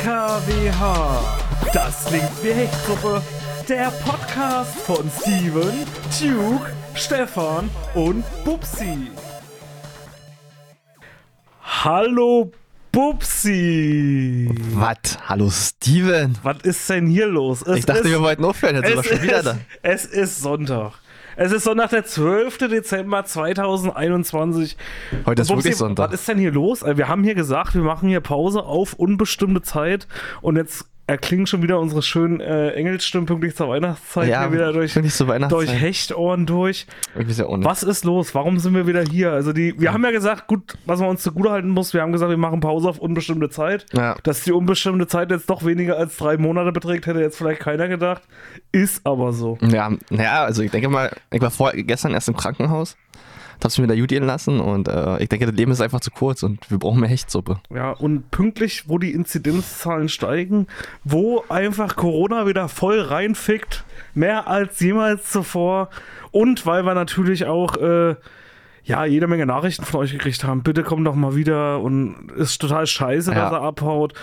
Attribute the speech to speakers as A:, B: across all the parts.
A: DKWH, das klingt wie Hechtsuppe, der Podcast von Steven, Duke, Stefan und Bubsi. Hallo Bubsi!
B: Was? Hallo Steven.
A: Was ist denn hier los? Es
B: Ich dachte,
A: ist,
B: wir wollten aufhören, jetzt sind wir
A: es,
B: schon wieder
A: ist,
B: da.
A: es ist Sonntag. Es ist Sonntag, der 12. Dezember 2021.
B: Heute ist
A: Bubsi,
B: wirklich Sonntag.
A: Was ist denn hier los? Äh, Wir haben hier gesagt, wir machen hier Pause auf unbestimmte Zeit und jetzt erklingen schon wieder unsere schönen äh, Engelstimmen pünktlich zur Weihnachtszeit hier wieder durch,
B: bin ich so Weihnachten.
A: durch Hechtohren durch.
B: Ich weiß ja auch nicht.
A: Was ist los? Warum sind wir wieder hier? Also die, wir haben ja gesagt, gut, was man uns zugutehalten muss, wir haben gesagt, wir machen Pause auf unbestimmte Zeit.
B: Ja.
A: Dass die unbestimmte Zeit jetzt doch weniger als drei Monate beträgt, hätte jetzt vielleicht keiner gedacht. Ist aber so.
B: Ja, naja, also ich denke mal, ich war vor, gestern erst im Krankenhaus, hab's mir da gut gehen lassen und äh, ich denke, das Leben ist einfach zu kurz und wir brauchen mehr Hechtsuppe.
A: Ja, und pünktlich, wo die Inzidenzzahlen steigen, wo einfach Corona wieder voll reinfickt, mehr als jemals zuvor. Und weil wir natürlich auch äh, ja, jede Menge Nachrichten von euch gekriegt haben. Bitte kommt doch mal wieder und ist total scheiße,
B: Ja.
A: dass er abhaut.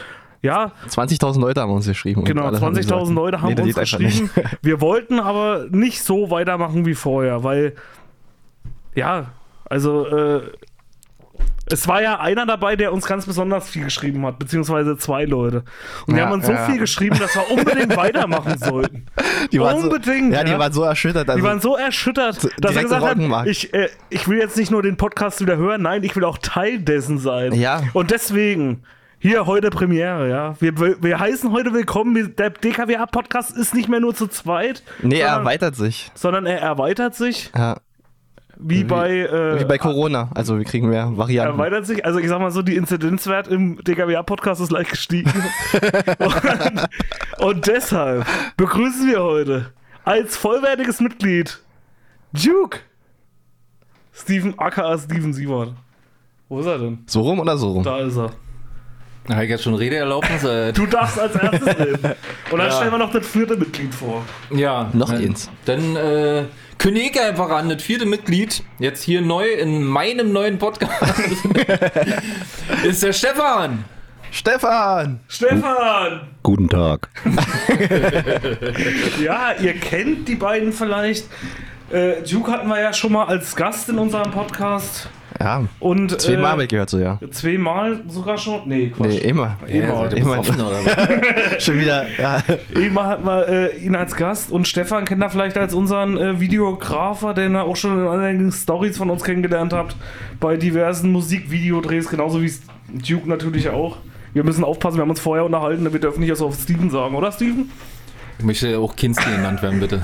A: Ja,
B: 20.000 Leute haben uns geschrieben. und
A: genau,
B: alle haben
A: 20.000
B: gesagt,
A: Leute haben
B: nee, das
A: uns
B: geht einfach
A: geschrieben.
B: nicht.
A: Wir wollten aber nicht so weitermachen wie vorher, weil ja, also äh, es war ja einer dabei, der uns ganz besonders viel geschrieben hat, beziehungsweise zwei Leute. Und die
B: Ja,
A: haben uns so
B: ja.
A: viel geschrieben, dass wir unbedingt weitermachen sollten.
B: Die waren
A: Unbedingt,
B: So, ja, die
A: ja.
B: waren so erschüttert. Also,
A: Die waren so erschüttert, dass sie
B: direkt
A: gesagt haben,
B: Rockenmarkt.
A: ich, äh, ich will jetzt nicht nur den Podcast wieder hören, nein, ich will auch Teil dessen sein.
B: Ja.
A: Und deswegen, hier heute Premiere, ja. Wir, wir wir heißen heute willkommen, wir- der DKWA-Podcast ist nicht mehr nur zu zweit,
B: nee, er
A: sondern,
B: erweitert sich.
A: sondern er erweitert sich,
B: Ja,
A: wie, bei... Äh,
B: wie bei Corona. Also wir kriegen mehr Varianten.
A: Erweitert sich, also ich sag mal so, die Inzidenzwert im DKWA-Podcast ist leicht gestiegen. und, und deshalb begrüßen wir heute als vollwertiges Mitglied Duke Steven aka Steven Siebert. Wo ist er denn?
B: so rum oder so rum?
A: Da ist er.
C: Habe ich jetzt schon Redeerlaubnis? Äh,
A: Du darfst als erstes reden. Und dann
C: Ja.
A: stellen wir noch das vierte Mitglied vor.
C: ja.
B: Noch
C: dann,
B: eins.
C: Dann äh, kündige ich einfach an, das vierte Mitglied, jetzt hier neu in meinem neuen Podcast, ist der Stefan.
B: Stefan!
A: Stefan!
D: Guten Tag.
A: Ja, ihr kennt die beiden vielleicht. Äh, Duke hatten wir ja schon mal als Gast in unserem Podcast.
B: Ja,
A: Und,
B: zweimal
A: äh,
B: habe ich gehört so, ja.
A: Zweimal sogar schon? Nee, Quatsch.
B: Nee, immer.
A: Immer.
C: seid ihr
B: Immer.
C: besoffen oder was?
B: Schon wieder, ja.
A: Eben hatten wir äh, ihn als Gast und Stefan kennt er vielleicht als unseren äh, Videografer, den ihr auch schon in anderen Stories von uns kennengelernt habt, bei diversen Musikvideodrehs, genauso wie Duke natürlich auch. Wir müssen aufpassen, wir haben uns vorher unterhalten, wir dürfen nicht erst auf Steven sagen, oder Steven?
C: Ich möchte auch Kinski genannt werden, bitte.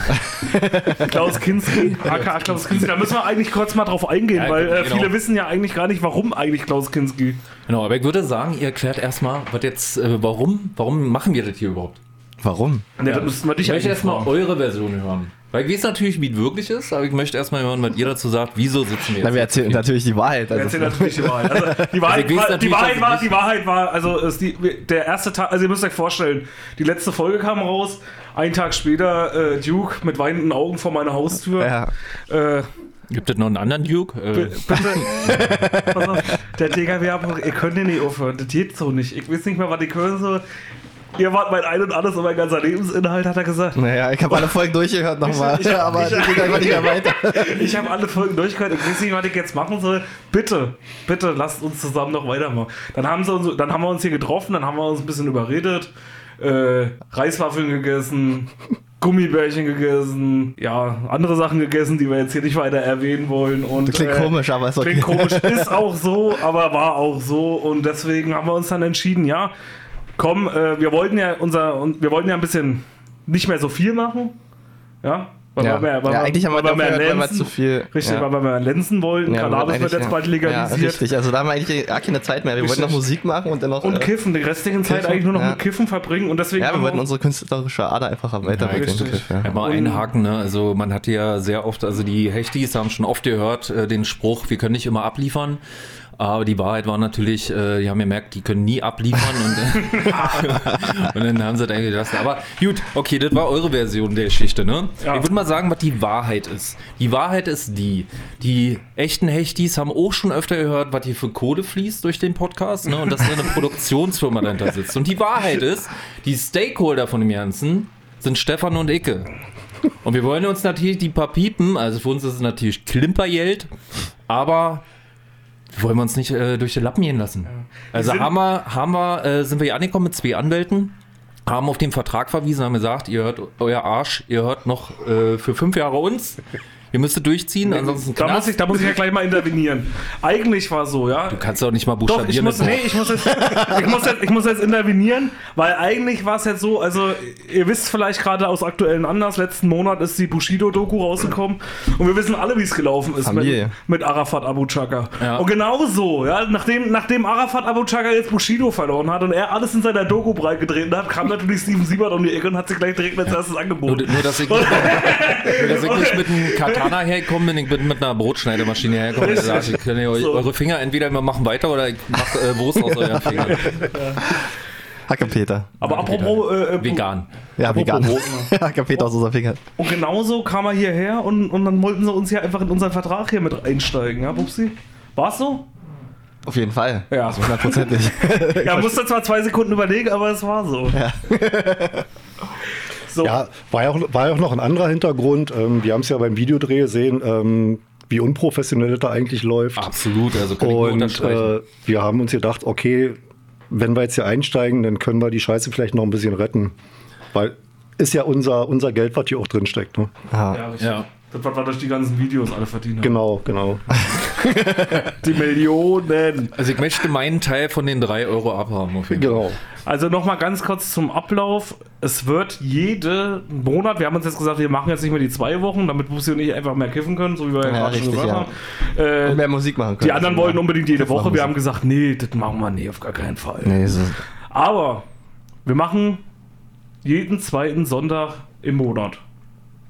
A: Klaus Kinski, aka Klaus Kinski, da müssen wir eigentlich kurz mal drauf eingehen,
C: Ja,
A: weil äh,
C: genau.
A: viele wissen ja eigentlich gar nicht, warum eigentlich Klaus Kinski.
C: Genau, aber ich würde sagen, ihr erklärt erstmal, was jetzt, äh, warum, warum machen wir das hier überhaupt?
B: Warum?
A: Ne, da müssten wir dich
C: Ich
A: eigentlich
C: möchte erstmal
B: genau.
A: fragen.
C: eure Version hören. Weil ich weiß natürlich, wie es wirklich ist, aber ich möchte erstmal hören, was ihr dazu sagt, wieso sitzen wir jetzt.
B: Na, wir erzählen natürlich die Wahrheit.
A: Wir
B: Also,
A: erzählen natürlich die Wahrheit. Also, die Wahrheit,
C: Also, ich weiß
A: war, die
C: natürlich,
A: Wahrheit
C: dass
A: war,
C: ich-
A: die Wahrheit war, also es, die, der erste Tag, also ihr müsst euch vorstellen, die letzte Folge kam raus, einen Tag später äh, Duke mit weinenden Augen vor meiner Haustür.
B: ja,
A: Äh,
C: Gibt es noch einen anderen Duke?
A: b-
C: Äh,
A: bitte, pass auf, der DKW, hat- ihr könnt den nicht aufhören, das geht so nicht. Ich weiß nicht mehr, was ich hören soll. Ihr wart mein Ein und Alles und mein ganzer Lebensinhalt, hat er gesagt.
B: naja, ich habe alle Folgen durchgehört nochmal.
A: Ich- ich-
B: aber
A: ich-
B: das geht einfach nicht mehr weiter.
A: Ich habe alle Folgen durchgehört. Ich weiß nicht, was ich jetzt machen soll. Bitte, bitte lasst uns zusammen noch weitermachen. Dann haben, sie uns, dann haben wir uns hier getroffen, dann haben wir uns ein bisschen überredet. Äh, Reiswaffeln gegessen, Gummibärchen gegessen, ja, andere Sachen gegessen, die wir jetzt hier nicht weiter erwähnen wollen. Und,
B: Das klingt
A: äh,
B: komisch, aber ist okay.
A: Klingt komisch, ist auch so, aber war auch so. Und deswegen haben wir uns dann entschieden, ja, komm, äh, wir wollten ja unser, und wir wollten ja ein bisschen nicht mehr so viel machen. Ja. Weil
B: Ja,
A: wir mehr- weil
B: ja
A: wir-
B: eigentlich haben wir,
A: weil wir
B: wir
A: mehr
B: weil wir
A: lenzen.
B: zu viel.
A: Richtig,
B: ja.
A: weil wir mal lenzen wollten.
B: Ja, wir
A: Cannabis
B: wollten
A: wird
B: eigentlich-
A: jetzt bald
B: Ja,
A: legalisiert.
B: richtig, also da haben wir eigentlich gar keine Zeit mehr. Wir wollten noch
A: Richtig.
B: Musik machen und dann noch.
A: und
B: äh,
A: kiffen, die restlichen Zeit
B: Kiffen,
A: eigentlich nur noch
B: ja.
A: mit Kiffen verbringen und deswegen.
B: ja, wir
A: haben
B: wollten unsere künstlerische Ader einfach weiterbringen.
A: richtig.
B: Ja.
C: Mal einhaken, ne? Also man hat ja sehr oft, also die Hechtis haben schon oft gehört, äh, den Spruch, wir können nicht immer abliefern. Aber die Wahrheit war natürlich, äh, die haben gemerkt, die können nie abliefern und, äh, und dann haben sie es eigentlich gelassen. Aber gut, okay, das war eure Version der Geschichte, ne?
A: Ja.
C: Ich würde mal sagen, was die Wahrheit ist. Die Wahrheit ist die. Die echten Hechtis haben auch schon öfter gehört, was hier für Kohle fließt durch den Podcast, ne? Und dass da eine Produktionsfirma dahinter sitzt. Und die Wahrheit ist, die Stakeholder von dem Ganzen sind Stefan und Icke. Und wir wollen uns natürlich die paar Piepen, also für uns ist es natürlich Klimpergeld, aber wollen wir uns nicht äh, durch den Lappen gehen lassen. Also
A: Wir sind-
C: haben wir, haben wir, äh, sind wir hier angekommen mit zwei Anwälten, haben auf den Vertrag verwiesen, haben gesagt, ihr hört euer Arsch, ihr hört noch äh, für fünf Jahre uns, ihr müsstet durchziehen, ansonsten
A: Da muss,
C: Knast.
A: ich, da muss ich ja gleich mal intervenieren. Eigentlich war so, ja.
C: Du kannst doch nicht mal
A: Doch, ich
C: buchstabieren.
A: muss,
C: das
A: nee,
C: Wort.
A: ich muss, jetzt, ich, muss jetzt, ich muss jetzt intervenieren, weil eigentlich war es jetzt so, also ihr wisst vielleicht gerade aus aktuellen Anlass, letzten Monat ist die Bushido-Doku rausgekommen und wir wissen alle, wie es gelaufen ist
B: Haben
A: mit,
B: wir.
A: mit Arafat Abu Chaka.
C: Ja.
A: Und genauso, ja, nachdem, nachdem Arafat Abu Chaka jetzt Bushido verloren hat und er alles in seiner Doku breitgetreten hat, kam natürlich Steven Siebert um die Ecke und hat sich gleich direkt als erstes
C: nur,
A: angeboten.
C: nur, dass ich, nur, dass ich nicht mit einem Katana hergekommen bin, ich bin mit einer Brotschneidemaschine hergekommen. Ich sag, ich kann ja eu-
A: So.
C: Eure Finger entweder wir machen weiter oder ich mache äh, Wurst aus euren Fingern.
B: Hackepeter.
A: Aber apropos äh, äh,
C: Vegan.
B: Ja, vegan.
A: Apropos
B: Hackepeter aus unserer Finger.
A: Und genauso kam er hierher und, und dann wollten sie uns hier einfach in unseren Vertrag hier mit einsteigen, ja, Bubsi? War's so?
B: Auf jeden Fall.
A: Ja.
B: Also hundertprozentig.
A: Ja, musste zwar zwei Sekunden überlegen, aber es war so.
B: Ja.
A: so.
D: Ja, war ja auch, war ja auch noch ein anderer Hintergrund. Ähm, wir haben es ja beim Videodreh gesehen, ähm, wie unprofessionell das da eigentlich läuft.
C: Absolut, also kann ich nur
D: Und
C: unterstreichen.
D: äh, wir haben uns gedacht, okay, wenn wir jetzt hier einsteigen, dann können wir die Scheiße vielleicht noch ein bisschen retten. Weil ist ja unser, unser Geld, was hier auch drin steckt. Ne?
B: Ja.
A: Ja, richtig.
C: ja.
A: Das war, war durch die ganzen Videos alle verdient. haben.
D: Genau, genau.
A: Die Millionen.
C: Also ich möchte meinen Teil von den 3 Euro abhaben. Auf jeden Fall.
D: genau.
A: Also nochmal ganz kurz zum Ablauf. Es wird jeden Monat, wir haben uns jetzt gesagt, wir machen jetzt nicht mehr die zwei Wochen, damit Bubsi und ich einfach mehr kiffen können, so wie wir ja,
B: Ja,
A: gerade schon
B: richtig,
A: gesagt haben. Äh,
B: Und mehr Musik machen können.
A: die anderen wollten unbedingt jede Woche.
B: machen
A: Wir
B: wir.
A: haben gesagt, nee, das machen wir nee, auf gar keinen Fall.
B: Nee, so,
A: Aber wir machen jeden zweiten Sonntag im Monat.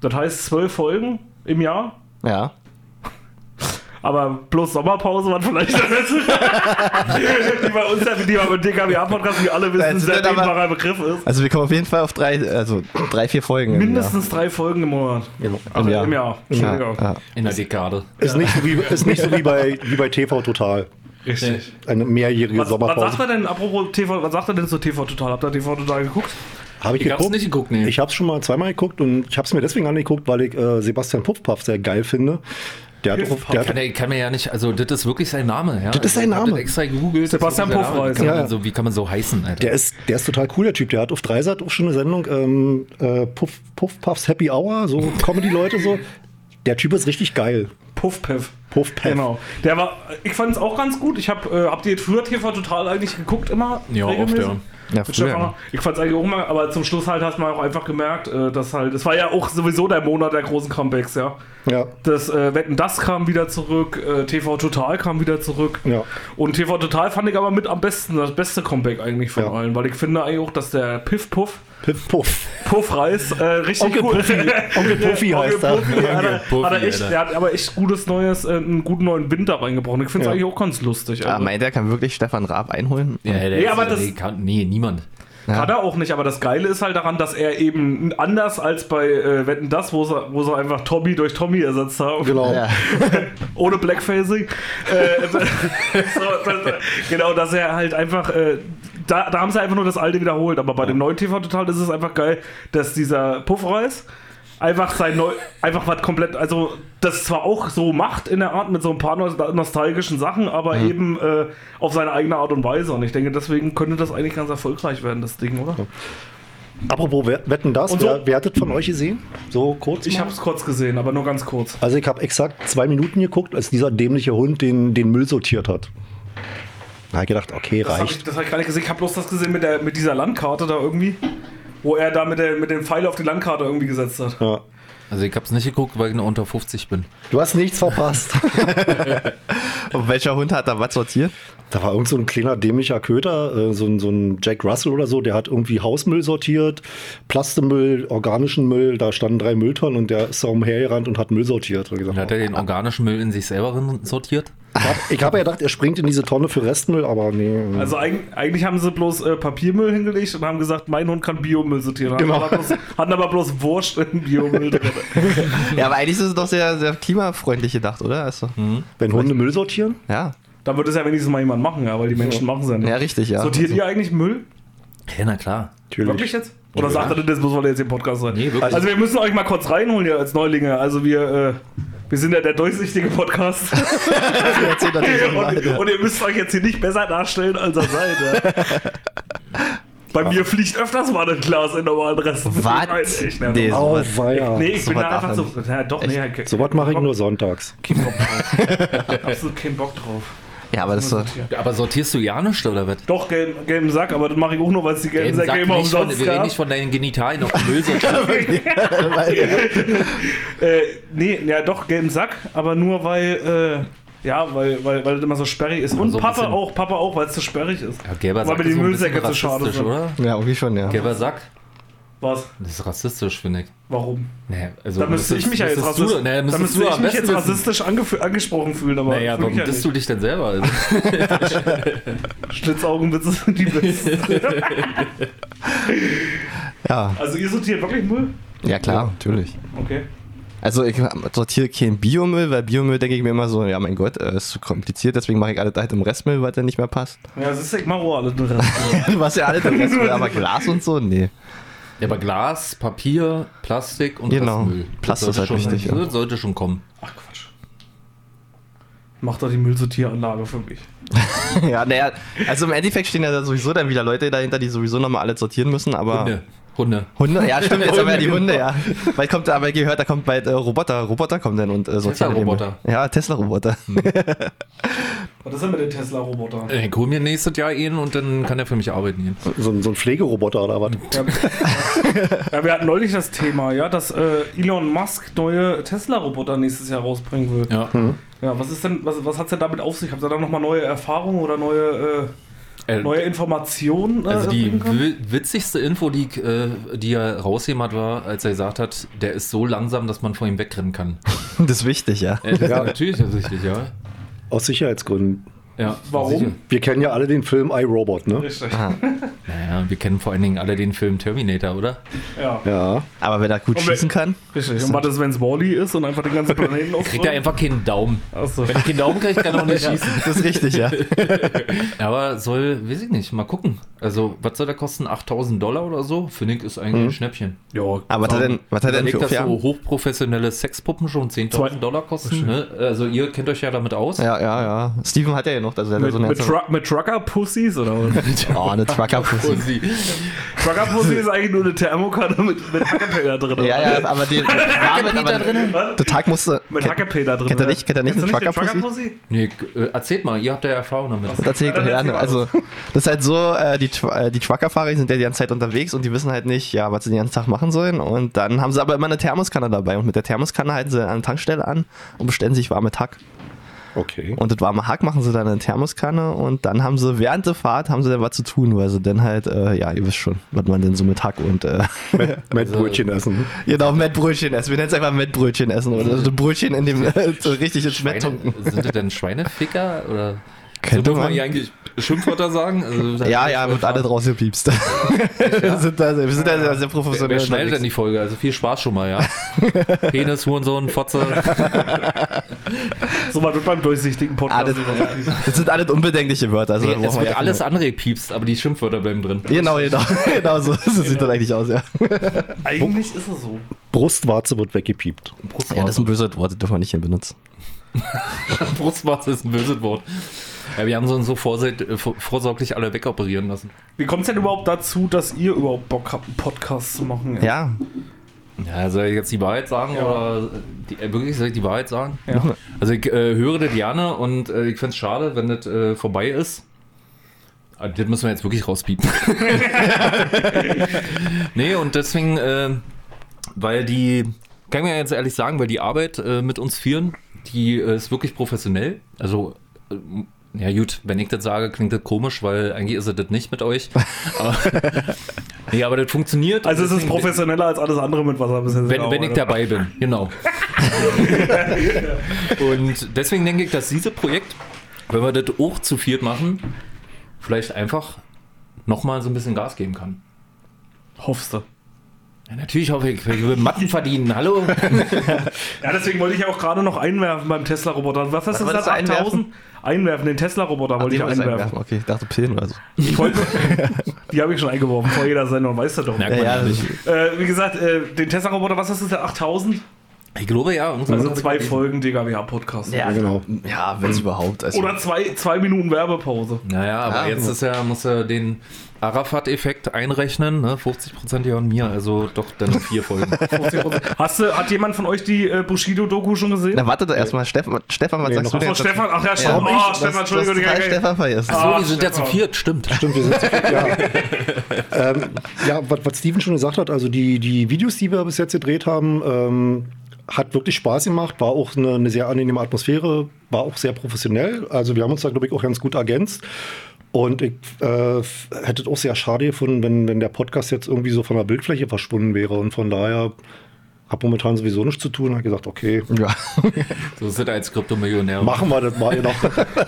A: Das heißt zwölf Folgen im Jahr.
B: ja.
A: Aber bloß Sommerpause war vielleicht der letzte. die bei uns, ja- die bei DKW Podcast, wie alle wissen,
B: Das ist
A: sehr
B: dann aber-
A: dehnbarer Begriff ist.
B: Also wir kommen auf jeden Fall auf drei, also drei, vier Folgen. im
A: Mindestens drei Folgen im Monat.
B: Jahr. im,
A: Also
B: Jahr.
A: im Jahr.
B: Genau. Ja,
A: Entschuldigung.
B: ja.
C: In der Dekade.
D: Ist nicht so wie, ist nicht so wie, bei, wie bei TV Total.
A: Richtig.
D: Eine mehrjährige
A: Was, was sagt
D: Sommerpause.
A: er denn, apropos TV, was sagt er denn zu TV Total? Habt ihr TV Total geguckt?
D: Habe ich,
C: Ich hab's
D: geguckt.
C: nicht geguckt, nee.
D: Ich habe es schon mal zweimal geguckt und ich habe es mir deswegen angeguckt, weil ich äh, Sebastian Puffpaff sehr geil finde. Der hat, auch, der
C: kann,
D: hat,
C: er- kann mir ja nicht, also das ist wirklich sein Name. Ja? Das
D: ist sein Name.
C: extra gegoogelt. das ist
A: Sebastian
C: wirklich
A: Puffreis.
C: sein Name. Wie kann man
D: Ja,
C: denn so, wie kann man so heißen, Alter?
D: der, ist, der ist total cool, der Typ. Der hat auf Dreisat auch schon eine Sendung, ähm, äh, Puff, Puffpaffs Happy Hour, so Comedy-Leute so. Der Typ ist richtig geil.
A: Puffpeff.
D: Puffpeff.
A: Genau. Der war, ich fand es auch ganz gut. Ich habe, äh, habt ihr früher TV total eigentlich geguckt immer?
C: Ja, oft,
A: Regelmäßig?
C: ja.
B: Ja,
A: Mit
B: früher.
A: Stefan. Ich fand es eigentlich auch mal, aber zum Schluss halt hast man auch einfach gemerkt, äh, dass halt, es war ja auch sowieso der Monat der großen Comebacks, ja.
D: Ja.
A: Das äh, Wetten, das kam wieder zurück, äh, TV Total kam wieder zurück.
D: Ja.
A: Und TV Total fand ich aber mit am besten, das beste Comeback eigentlich von
D: Ja.
A: allen, weil ich finde eigentlich auch, dass der Piff Puff,
D: Piff Puff.
A: Puffreis, äh, richtig
D: Onkel
A: cool.
D: Puffy. Onkel Puffy heißt er.
A: Onkel Puffi, hat er.
C: Puffi,
A: hat er echt,
C: Alter.
A: der hat aber echt gutes neues, äh, einen guten neuen Winter reingebracht. Ich finde es
D: Ja.
A: eigentlich auch ganz lustig.
B: Ah,
A: Also.
B: meint er, kann wirklich Stefan Raab einholen?
C: Ja, der
A: Nee, aber das-
C: nee, kann, nee, niemand.
A: Hat er auch nicht, aber das Geile ist halt daran, dass er eben anders als bei äh, Wetten das, wo sie, wo sie einfach Tommy durch Tommy ersetzt haben,
D: Genau.
B: Ja.
A: ohne Blackfacing. äh, so, das, genau, dass er halt einfach. Äh, da, da haben sie einfach nur das alte wiederholt, aber bei dem neuen TV Total ist es einfach geil, dass dieser Puffreis einfach sein neu einfach was komplett also das zwar auch so macht in der Art mit so ein paar nos- nostalgischen Sachen aber
D: Mhm.
A: eben äh, auf seine eigene Art und Weise und ich denke deswegen könnte das eigentlich ganz erfolgreich werden das Ding oder
D: Apropos Wett- Wetten das,
A: Und so-
D: wer, wer hat das von euch gesehen? So kurz?
A: Ich
D: mal?
A: habe es kurz gesehen, aber nur ganz kurz.
D: Also ich habe exakt zwei Minuten geguckt, als dieser dämliche Hund den, den Müll sortiert hat. Da habe ich gedacht, okay,
A: Das habe ich,
D: reicht.
A: das hab ich gar nicht gesehen. Ich habe bloß das gesehen mit, der, mit dieser Landkarte da irgendwie, wo er da mit, der, mit dem Pfeil auf die Landkarte irgendwie gesetzt hat.
D: Ja.
C: Also ich hab's nicht geguckt, weil ich nur unter 50 bin.
D: Du hast nichts verpasst.
B: Und welcher Hund hat da was sortiert?
D: da war irgend so ein kleiner dämlicher Köter, äh, so, ein, so ein Jack Russell oder so, der hat irgendwie Hausmüll sortiert, Plastemüll, organischen Müll, da standen drei Mülltonnen und der ist da umhergerannt und hat Müll sortiert. Und ich
C: Und hat
D: gesagt,
C: er den organischen Müll in sich selber sortiert?
D: Ich hab- Ich habe ja gedacht, er springt in diese Tonne für Restmüll, aber nee.
A: Also eig eigentlich haben sie bloß äh, Papiermüll hingelegt und haben gesagt, mein Hund kann Biomüll sortieren.
D: Genau.
A: Hatten aber bloß, hatten aber bloß Wurst in Biomüll drin.
B: Ja, aber eigentlich ist es doch sehr, sehr klimafreundlich gedacht, oder? Also,
D: Wenn Hunde Müll sortieren?
B: Ja.
A: Dann wird es ja wenigstens mal jemand machen, ja, weil die Menschen machen es ja nicht.
B: Ja, richtig, ja.
A: Sortiert ihr eigentlich Müll?
C: Ja, na klar.
A: Wirklich jetzt? Oder sagt ihr, das muss weil ihr jetzt im Podcast sein?
C: Nee, wirklich.
A: Also wir müssen euch mal kurz reinholen hier als Neulinge. Also wir, äh, wir sind ja der durchsichtige Podcast.
B: Erzählt natürlich auch mal,
A: und,
B: ja.
A: und ihr müsst euch jetzt hier nicht besser darstellen, als ihr seid. Ja. Bei mir fliegt öfters mal ein Glas in normalen Resten. Ich
B: Was?
A: weiß nicht, ne?
B: Nee,
D: Oh, weia.
A: Nee, ich
B: So
A: bin
B: was
A: da einfach
B: darf
A: so.
B: er nicht.
A: Ja, doch, nee, okay.
D: So was mache ich nur sonntags.
A: Kein Bock drauf. Absolut keinen Bock drauf.
B: ja, aber das ist doch.
C: Aber sortierst du ja nicht, oder was?
A: Doch, gelben, gelben Sack, aber das mache ich auch nur, weil es die gelben Säcke immer
C: nicht von,
A: umsonst
C: wir reden
A: gab.
C: nicht von deinen Genitalien auf Müll sortieren.
A: Äh, nee, ja doch, gelben Sack, aber nur weil, äh, ja, weil, weil, weil das immer so sperrig ist. Und
C: so ein
A: Papa
C: bisschen-
A: auch, Papa auch, weil es zu sperrig ist.
C: Ja, gelber
A: Weil mir die
C: ist so ein
A: Müllsäcke
C: bisschen
A: zu schade
C: rassistisch,
A: sind.
C: oder?
B: Ja, irgendwie schon, ja.
C: Gelber Sack?
A: Was?
C: Das ist rassistisch, finde ich.
A: Warum?
C: Nee, also
A: Da müsste ich mich ja jetzt
C: müsstest du-
A: rassistisch,
C: nee,
A: da
C: müsstest
A: müsste
C: du
A: ich
C: am
A: mich
C: besten
A: jetzt
C: wissen.
A: rassistisch angefü- angesprochen fühlen, aber
C: Naja,
A: fühl
C: warum
A: ich ja
C: bist du
A: nicht.
C: dich denn selber? Also,
A: Schlitzaugenwitze sind die besten.
B: Ja,
A: also ihr sortiert wirklich Müll?
B: ja klar, natürlich.
A: Okay.
B: Also ich sortiere keinen Biomüll, weil Biomüll denke ich mir immer so, ja mein Gott, äh, ist zu kompliziert, deswegen mache ich alles halt im Restmüll, weil der nicht mehr passt.
A: Ja, das ist echt Maro alles drin.
B: Du machst ja alles im Restmüll, aber Glas und so, nee.
C: ja, aber Glas, Papier, Plastik und
B: Genau.
C: Restmüll.
B: Plast ist
C: sollte
B: halt
C: schon,
B: wichtig, ja.
C: Das sollte schon kommen.
A: Ach Quatsch. Mach doch die Müllsortieranlage für mich.
B: Ja, naja, also im Endeffekt stehen ja da sowieso dann wieder Leute dahinter, die sowieso nochmal alles sortieren müssen, aber...
C: Hunde. Hunde.
B: Hunde? Ja, stimmt, jetzt haben wir ja die Hunde, ja. Bald kommt, aber gehört, da kommt bald äh, Roboter. Roboter kommen dann und äh, sortieren. die
C: Tesla-Roboter.
B: Müll. Ja, Tesla-Roboter.
A: Was ist denn mit den Tesla-Robotern?
C: Äh, Ich hol mir nächstes Jahr ihn und dann kann er für mich arbeiten gehen.
D: So, ein- so ein Pflegeroboter oder was?
A: Ja, ja, wir hatten neulich das Thema, ja, dass äh, Elon Musk neue Tesla-Roboter nächstes Jahr rausbringen will. Ja,
C: Ja.
B: Hm.
A: was ist denn, was, was hat es denn damit auf sich? Habt ihr da nochmal neue Erfahrungen oder neue,
C: Äh,
A: äh, neue Informationen? Äh,
C: Also die
A: bringen können?
C: wi- witzigste Info, die, ich, äh, die er rausgegeben hat, war, als er gesagt hat, der ist so langsam, dass man vor ihm wegrennen kann.
B: Das ist wichtig, ja.
C: Äh, das ja. ist natürlich tatsächlich, ja.
D: Aus Sicherheitsgründen.
C: ja
A: Warum?
C: sicher.
D: Wir kennen ja alle den Film I, Robot, ne?
A: Richtig.
C: Naja, wir kennen vor allen Dingen alle den Film Terminator, oder?
A: Ja.
D: Ja.
B: Aber wer da gut
A: Und wer-
B: schießen kann,
A: Richtig. Und was ist, wenn es Wally ist und einfach den ganzen Planeten
C: Kriegt er
A: aufräumt?
C: einfach keinen Daumen.
A: Achso.
C: Wenn ich keinen Daumen kriege, kann er auch nicht schießen.
B: das ist richtig, ja.
C: Aber soll, weiß ich nicht, mal gucken. Also, was soll der kosten? 8000 Dollar oder so? Finde ich, ist eigentlich
B: Mhm.
C: ein Schnäppchen.
A: Ja,
B: Aber was hat er denn, was hat er denn
C: Überlegt,
B: für
C: dass so
B: Aufgaben?
C: hochprofessionelle Sexpuppen schon 10.000
A: Zwei-
C: Dollar kosten. Ne? Also, ihr kennt euch ja damit aus.
B: Ja, ja, ja. Steven hat er ja noch, also er hat ja
A: mit,
B: so eine
A: mit,
B: ganze-
A: Tru mit Trucker-Pussies oder was?
B: Oh, eine trucker
C: Und
B: -Pussy.
C: sie,
A: Trucker-Pussy ist eigentlich nur eine Thermokarte mit, mit Hackepeter drin.
B: Ja, ja, aber den Namen, aber
A: Was?
B: der Tag musste.
A: Mit Hackepeter drin.
B: Kennt er nicht- kennt er nicht
A: Kennst
B: eine
A: du den
B: Trucker-Pussy?
A: Trucker-Pussy?
C: nee, äh, erzählt mal, ihr habt ja Erfahrung damit.
B: Das erzähl ich doch gerne. Also, das ist halt so, äh, die, Tr- äh, die Truckerfahrer die sind ja die ganze Zeit unterwegs und die wissen halt nicht, ja, was sie den ganzen Tag machen sollen. Und dann haben sie aber immer eine Thermoskanne dabei. Und mit der Thermoskanne halten sie an der Tankstelle an und bestellen sich warme Hack.
D: Okay.
B: Und das warme Hack machen sie dann in der Thermoskanne und dann haben sie während der Fahrt haben sie dann was zu tun, weil sie dann halt, äh, ja, ihr wisst schon, was man denn so mit Hack und äh,
D: Mit Brötchen essen.
B: genau, Mettbrötchen essen. Wir nennen es einfach Mettbrötchen essen oder also Brötchen in dem äh, so richtig ins Mett tunken.
C: Schweine, sind das denn Schweineficker? Oder
B: Könnte
C: so muss man
B: man.
C: hier eigentlich Schimpfwörter sagen? Also, da-
B: Ja, ja, wird alle draus gepiepst. wir sind da, wir sind da sehr, sehr professionell.
C: Wer schneidet
B: unterwegs.
C: denn die Folge? Also viel Spaß schon mal, ja. Penis, Hurensohn, Fotze.
A: So was wird beim durchsichtigen
B: Ah,
A: Podcast.
B: das, das sind alles unbedenkliche Wörter. Also, da brauchen
C: es
B: wir
C: wird
B: ja
C: alles
B: keine-
C: andere gepiepst, aber die Schimpfwörter bleiben drin.
B: Genau, genau, genau so, so sieht das eigentlich aus, ja.
A: Eigentlich ist es so.
D: Brustwarze wird weggepiept.
B: Ja, das ist ein böses Wort, das dürfen wir nicht hier benutzen.
C: Brustwarze ist ein böses Wort. Ja, wir haben so und so vorseit, äh, vor- vorsorglich alle wegoperieren lassen.
A: Wie kommt es denn überhaupt dazu, dass ihr überhaupt Bock habt, einen Podcast zu machen?
B: Ja,
C: Ja, also soll ich jetzt die Wahrheit sagen?
A: Ja.
C: Oder die, äh, wirklich, soll ich die Wahrheit sagen?
A: Ja.
C: Also ich äh, höre das gerne und äh, ich finde es schade, wenn das äh, vorbei ist. Ah, Das müssen wir jetzt wirklich rauspiepen. nee, und deswegen, äh, weil die, kann ich mir jetzt ehrlich sagen, weil die Arbeit äh, mit uns Vieren, die äh, ist wirklich professionell. Also, äh, ja gut, wenn ich das sage, klingt das komisch, weil eigentlich ist es das nicht mit euch. Aber Nee, aber das funktioniert.
A: Also es ist
C: Deswegen-
A: professioneller als alles andere mit Wasser bisher.
C: Wenn,
D: Genau,
C: wenn ich dabei bin, genau. Und deswegen denke ich, dass dieses Projekt, wenn wir das auch zu viert machen, vielleicht einfach nochmal so ein bisschen Gas geben kann.
A: Hoffst du.
C: Ja, natürlich hoffe ich, ich will Matten verdienen, hallo?
A: Ja, deswegen wollte ich auch gerade noch einwerfen beim Tesla-Roboter. Was ist das,
B: wolltest
A: das
B: du
A: 8000? Einwerfen, den Tesla-Roboter wollte ich
B: Den wolltest du
A: einwerfen.
B: Okay, ich dachte Pillen oder so.
A: Ich wollte, die habe ich schon eingeworfen vor jeder Sendung, weißt du doch.
C: Merkt man
B: ja,
C: nicht.
A: Äh, wie gesagt, äh, den Tesla-Roboter, was ist das, der 8000?
C: Ich glaube ja. irgendwas
A: Also
C: hab ich
A: zwei
C: gelesen.
A: Folgen DGWH-Podcast.
B: Ja,
D: genau.
B: Ja, wenn es überhaupt. Also,
A: Oder zwei, zwei Minuten Werbepause.
C: Naja, aber
B: Ah,
C: jetzt
B: gut.
C: ist ja, muss er den Arafat-Effekt einrechnen, ne? 50% ja und mir, also doch dann vier Folgen.
A: 50%. Hast du, hat jemand von euch die äh, Bushido-Doku schon gesehen?
B: Na, warte doch erstmal, Stefan, Stefan was
D: Nee,
B: sagst
D: noch-
B: du
A: Ach so,
B: denn? dazu?
A: Stefan, ach ja,
B: Ja.
A: Stefan, oh, Stefan, Entschuldigung.
B: das, das
A: die-
B: Stefan vergessen.
A: Ah.
C: So, die sind ja zu
A: Stefan.
C: viert, stimmt.
D: Stimmt, wir sind zu viert, ja. ähm, ja, was, was Steven schon gesagt hat, also die, die Videos, die wir bis jetzt gedreht haben, ähm, hat wirklich Spaß gemacht, war auch eine, eine sehr angenehme Atmosphäre, war auch sehr professionell. Also wir haben uns da, glaube ich, auch ganz gut ergänzt. Und ich äh, f- hätte es auch sehr schade gefunden, wenn, wenn der Podcast jetzt irgendwie so von der Bildfläche verschwunden wäre. Und von daher habe momentan sowieso nichts zu tun. Habe gesagt, okay,
B: Ja.
C: So sind als Kryptomillionär.
D: machen wir das mal noch.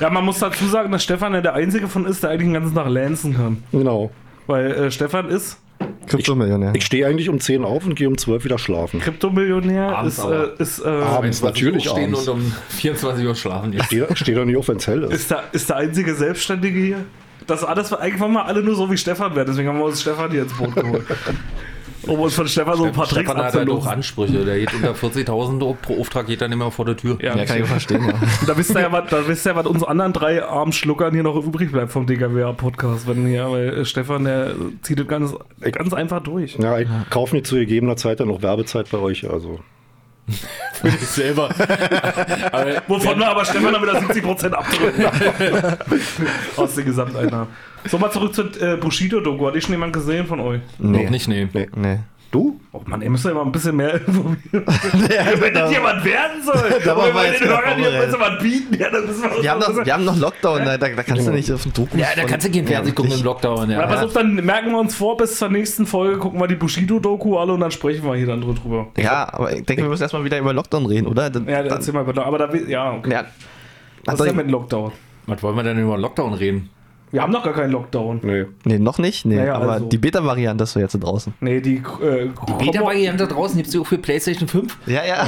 A: Ja, man muss dazu sagen, dass Stefan ja der Einzige von ist, der eigentlich den ganzen Tag lancen kann.
D: genau.
A: Weil äh, Stefan ist
B: Kryptomillionär.
D: Ich stehe eigentlich um 10 auf und gehe um 12 wieder schlafen.
A: Kryptomillionär,
C: Abends
A: ist,
C: aber.
A: äh, ist, äh,
D: Abends natürlich
C: stehen
D: abends.
C: und um 24 Uhr schlafen.
D: Ich stehe steh da nicht auf, wenn es hell ist.
A: ist, der, ist der einzige Selbstständige hier. Das alles, eigentlich wollen wir alle nur so wie Stefan werden, deswegen haben wir uns Stefan hier ins Boot geholt. Um uns von Stefan so ein paar Tricks
C: Stefan hat halt auch
A: abzulosen.
C: Ansprüche. Der geht unter 40.000 Euro pro Auftrag, geht dann immer vor der Tür.
A: Ja,
B: ja, kann ich verstehen. Ja.
A: da wisst ihr ja, was, da wisst ihr ja, was uns anderen drei armen Schluckern hier noch übrig bleibt vom DKWA-Podcast. Wenn hier, weil äh, Stefan, der zieht das ganz, ganz einfach durch.
D: Ja, ich kaufe mir zu gegebener Zeit dann auch Werbezeit bei euch. Also.
C: Ich selber. Aber
A: Wovon wir aber Stefan dann wieder 70% abdrücken. Aus den Gesamteinnahmen. So, mal zurück zur äh, Bushido-Doku. Hat ich schon jemand gesehen von euch?
C: noch nicht, nee.
D: Nee.
B: Nee.
D: Du?
A: Oh Mann, ihr müsst ja immer ein bisschen mehr informieren. Wenn
B: genau.
A: das jemand werden soll,
B: Da waren
A: wenn
B: wir
A: wir
B: jetzt
A: den
B: wieder
A: Hörern hier
B: vorbereitet.
A: besser was bieten, ja, dann müssen wir uns
B: Wir haben,
A: noch-
B: noch, wir haben noch Lockdown, da, da, da kannst du nicht auf den Doku.
C: Ja, da kannst du gehen Fernsehen gucken im Lockdown.
A: Ja, pass
C: Ja.
A: auf, dann merken wir uns vor, bis zur nächsten Folge gucken wir die Bushido-Doku alle und dann sprechen wir hier dann drüber.
B: Ja, aber ich denke, wir müssen erstmal wieder über Lockdown reden, oder? Dann,
A: Ja,
B: dann,
A: erzähl mal bitte. Aber da, ja, okay.
B: ja. Also Hat
A: Was ist denn mit
B: doch,
A: dem Lockdown?
C: Was wollen wir denn über Lockdown reden?
A: Wir haben noch gar keinen Lockdown.
D: Nee.
B: nee, noch nicht? Nee,
A: Naja,
B: aber
A: also.
B: die Beta-Variante ist so jetzt draußen.
A: Nee, die. Äh,
C: da draußen gibt es auch für PlayStation 5.
B: Ja, ja.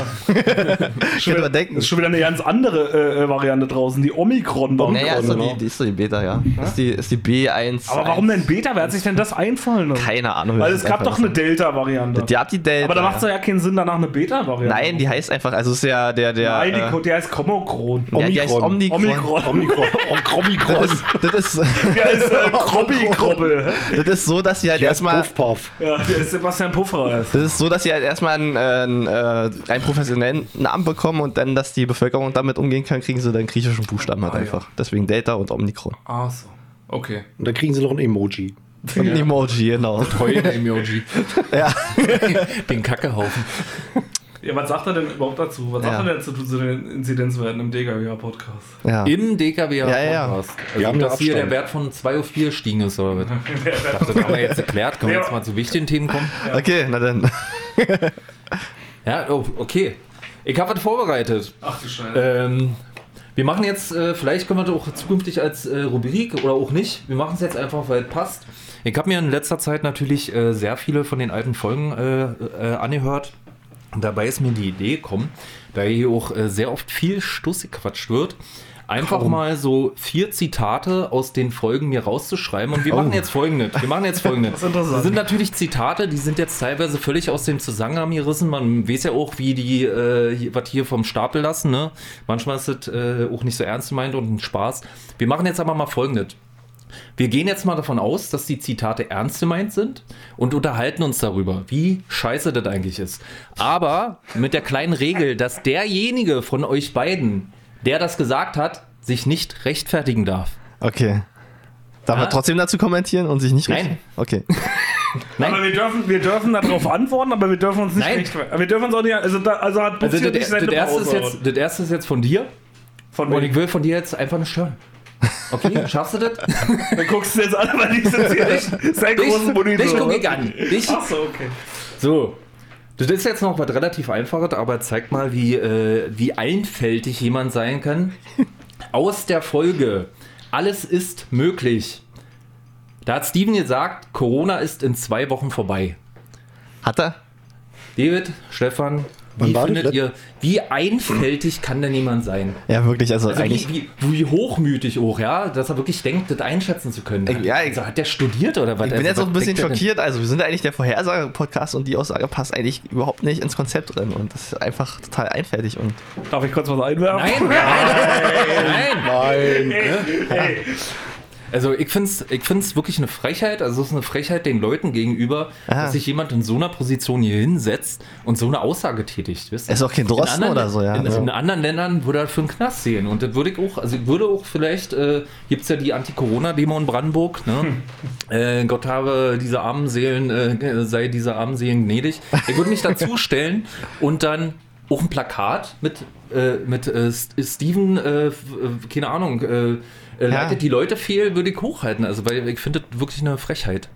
A: ist schon, wieder,
B: überdenken.
A: ist schon wieder eine ganz andere äh, Variante draußen, die Omikron-Variante.
B: Naja, ist doch die, die, ist doch die Beta, ja. Ist die, ist die B1.
A: Aber warum denn Beta? Wer hat sich denn das einfallen lassen?
B: Keine Ahnung.
A: Weil es gab doch eine Delta-Variante.
B: Die habt die Delta.
A: Aber da macht es ja keinen Sinn, danach eine Beta-Variante.
B: Nein, die heißt einfach, also ist ja der, der.
A: Nein, die,
B: äh,
A: Co- die heißt Komokron.
B: ja, die heißt Omikron.
A: Omikron. Omikron. Omikron.
B: Das ist, das ist,
A: Der ist äh, Krobby-Krobbel.
B: das ist so, dass sie halt
D: Der ist
B: erstmal.
D: Puff Puff.
A: Ja, der ist Sebastian Pufferer.
B: Das ist so, dass sie halt erstmal einen, äh, einen, äh, einen professionellen Namen bekommen und dann, dass die Bevölkerung damit umgehen kann, kriegen sie dann griechischen Buchstaben halt
A: Ah, ja.
B: einfach. Deswegen Delta und Omikron.
A: Ach Ah, so. Okay.
D: Und dann kriegen sie noch ein Emoji.
B: Und ein Emoji, genau.
C: Heulen Emoji.
B: Ja.
C: Den Kackehaufen.
A: Ja, was sagt er denn überhaupt dazu? Was
B: Ja.
A: sagt er denn dazu zu den Inzidenzwerten im DKW-Podcast?
B: Ja.
C: Im DKW
B: Ja, ja, ja.
C: Also,
D: Wir haben
C: dass
D: den
C: hier der
D: Abstand.
C: Wert von 2 auf 4 stiegen ist, oder was? Ich dachte, das haben wir jetzt erklärt. Können wir jetzt mal zu wichtigen Themen kommen?
B: Okay, na dann.
C: Ja, oh, okay. Ich habe was vorbereitet.
A: Ach du Scheiße.
C: Ähm, wir machen jetzt, äh, vielleicht können wir das auch zukünftig als äh, Rubrik oder auch nicht. Wir machen es jetzt einfach, weil es passt. Ich habe mir in letzter Zeit natürlich äh, sehr viele von den alten Folgen äh, äh, angehört. Und dabei ist mir die Idee gekommen, da hier auch äh, sehr oft viel Stuss gequatscht wird, einfach mal so vier Zitate aus den Folgen mir rauszuschreiben. Und wir machen jetzt folgendes. Wir machen jetzt folgendes.
A: Oh. Das ist interessant.
C: Das sind natürlich Zitate, die sind jetzt teilweise völlig aus dem Zusammenhang gerissen. Man weiß ja auch, wie die äh, hier- was hier vom Stapel lassen. Ne? Manchmal ist das äh, auch nicht so ernst gemeint und ein Spaß. Wir machen jetzt aber mal folgendes. Wir gehen jetzt mal davon aus, dass die Zitate ernst gemeint sind und unterhalten uns darüber, wie scheiße das eigentlich ist. Aber mit der kleinen Regel, dass derjenige von euch beiden, der das gesagt hat, sich nicht rechtfertigen darf.
B: Okay. Darf
C: Ja.
B: man trotzdem dazu kommentieren und sich nicht richten?
C: Nein.
B: Okay.
A: aber wir dürfen, wir dürfen darauf antworten, aber wir dürfen uns nicht.
C: Nein.
A: recht- wir dürfen uns auch nicht. Also, da, also hat
C: Also
A: Bushido
C: das,
A: nicht
C: das,
A: seine
C: erste
A: Pause.
C: ist jetzt, das erste ist jetzt von dir
A: Von
C: und
A: wem?
C: ich will von dir jetzt einfach nicht hören. Okay, schaffst du das?
A: Dann guckst du jetzt an, weil ich sitze hier nicht sein
C: Dich-
A: großen Monitor.
C: dich guck ich
A: oder?
C: an. Dich-
A: Ach so, okay.
C: So. Das ist jetzt noch was relativ Einfaches, aber zeigt mal, wie, äh, wie einfältig jemand sein kann. Aus der Folge. Alles ist möglich. Da hat Steven gesagt, Corona ist in zwei Wochen vorbei.
B: Hat er?
C: David, Stefan,
D: Wann
C: wie
D: war das
C: findet
D: let-
C: ihr, wie einfältig kann denn jemand sein?
B: Ja, wirklich, also,
C: Also
B: eigentlich.
C: wie, wie, wie hochmütig auch, ja, dass er wirklich denkt, das einschätzen zu können.
B: Ich- ja, ich-
C: also, hat der studiert oder was?
B: Ich bin jetzt
C: also,
B: auch ein bisschen
C: schockiert.
B: schockiert. Also, wir sind eigentlich der Vorhersage-Podcast und die Aussage passt eigentlich überhaupt nicht ins Konzept drin. Und das ist einfach total einfältig. Und
A: Darf ich kurz was einwerfen?
C: Nein, nein, nein.
D: Nein.
A: Ey,
C: Also ich finde es ich find's wirklich eine Frechheit, also es ist eine Frechheit den Leuten gegenüber,
B: Ah.
C: dass sich jemand in so einer Position hier hinsetzt und so eine Aussage tätigt. Wisst ihr?
B: Ist auch kein
C: In
B: Drosten
C: anderen-
B: oder so, ja.
C: In,
B: Ja.
C: in anderen Ländern würde er für einen Knast sehen. Und das würde ich auch, also ich würde auch vielleicht, äh, gibt es ja die Anti-Corona-Demo in Brandenburg, ne? äh, Gott habe diese armen Seelen, äh, sei diese armen Seelen gnädig. Ich würde mich dazu stellen und dann auch ein Plakat mit, äh, mit äh, S- Steven, äh, f- äh, keine Ahnung, äh, äh,
B: Ja.
C: leitet die Leute fehl, würde ich hochhalten. Also, weil ich finde das wirklich eine Frechheit.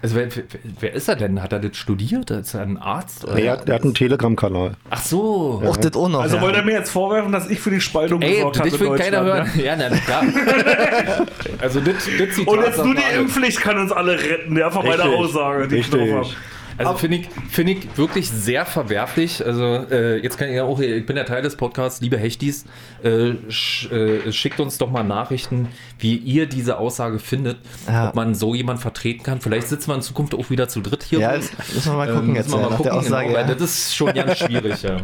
C: Also, wer, wer, wer ist er denn? Hat er das studiert? Ist er ein Arzt? Oder?
D: Nee, er, hat- er hat einen Telegram-Kanal.
C: Ach so.
B: auch das auch noch.
A: Also
B: ja.
A: wollt ihr mir jetzt vorwerfen, dass ich für die Spaltung
C: Ey,
A: gesorgt habe in
C: dich will
A: Deutschland?
C: keiner hören.
A: ne?
C: Ja, na klar. also das, das Zitat
A: Und jetzt
C: sagt
A: nur die
C: alles.
A: Impfpflicht kann uns alle retten, ja, von meiner
D: Richtig.
A: Aussage, die ich
D: Richtig.
A: drauf habe.
C: Also finde ich, find ich wirklich sehr verwerflich. Also äh, jetzt kann ich ja auch, ich bin ja Teil des Podcasts, liebe Hechtis, äh, sch, äh, schickt uns doch mal Nachrichten, wie ihr diese Aussage findet,
B: Ja.
C: ob man so jemand vertreten kann. Vielleicht sitzen wir in Zukunft auch wieder zu dritt hier.
B: Ja,
C: rum. Ähm,
B: jetzt Ähm, müssen wir mal gucken
C: müssen
B: jetzt,
C: wir
B: ja, nach der Aussage,
C: genau, weil
B: ja.
C: Das ist schon ganz schwierig, ja.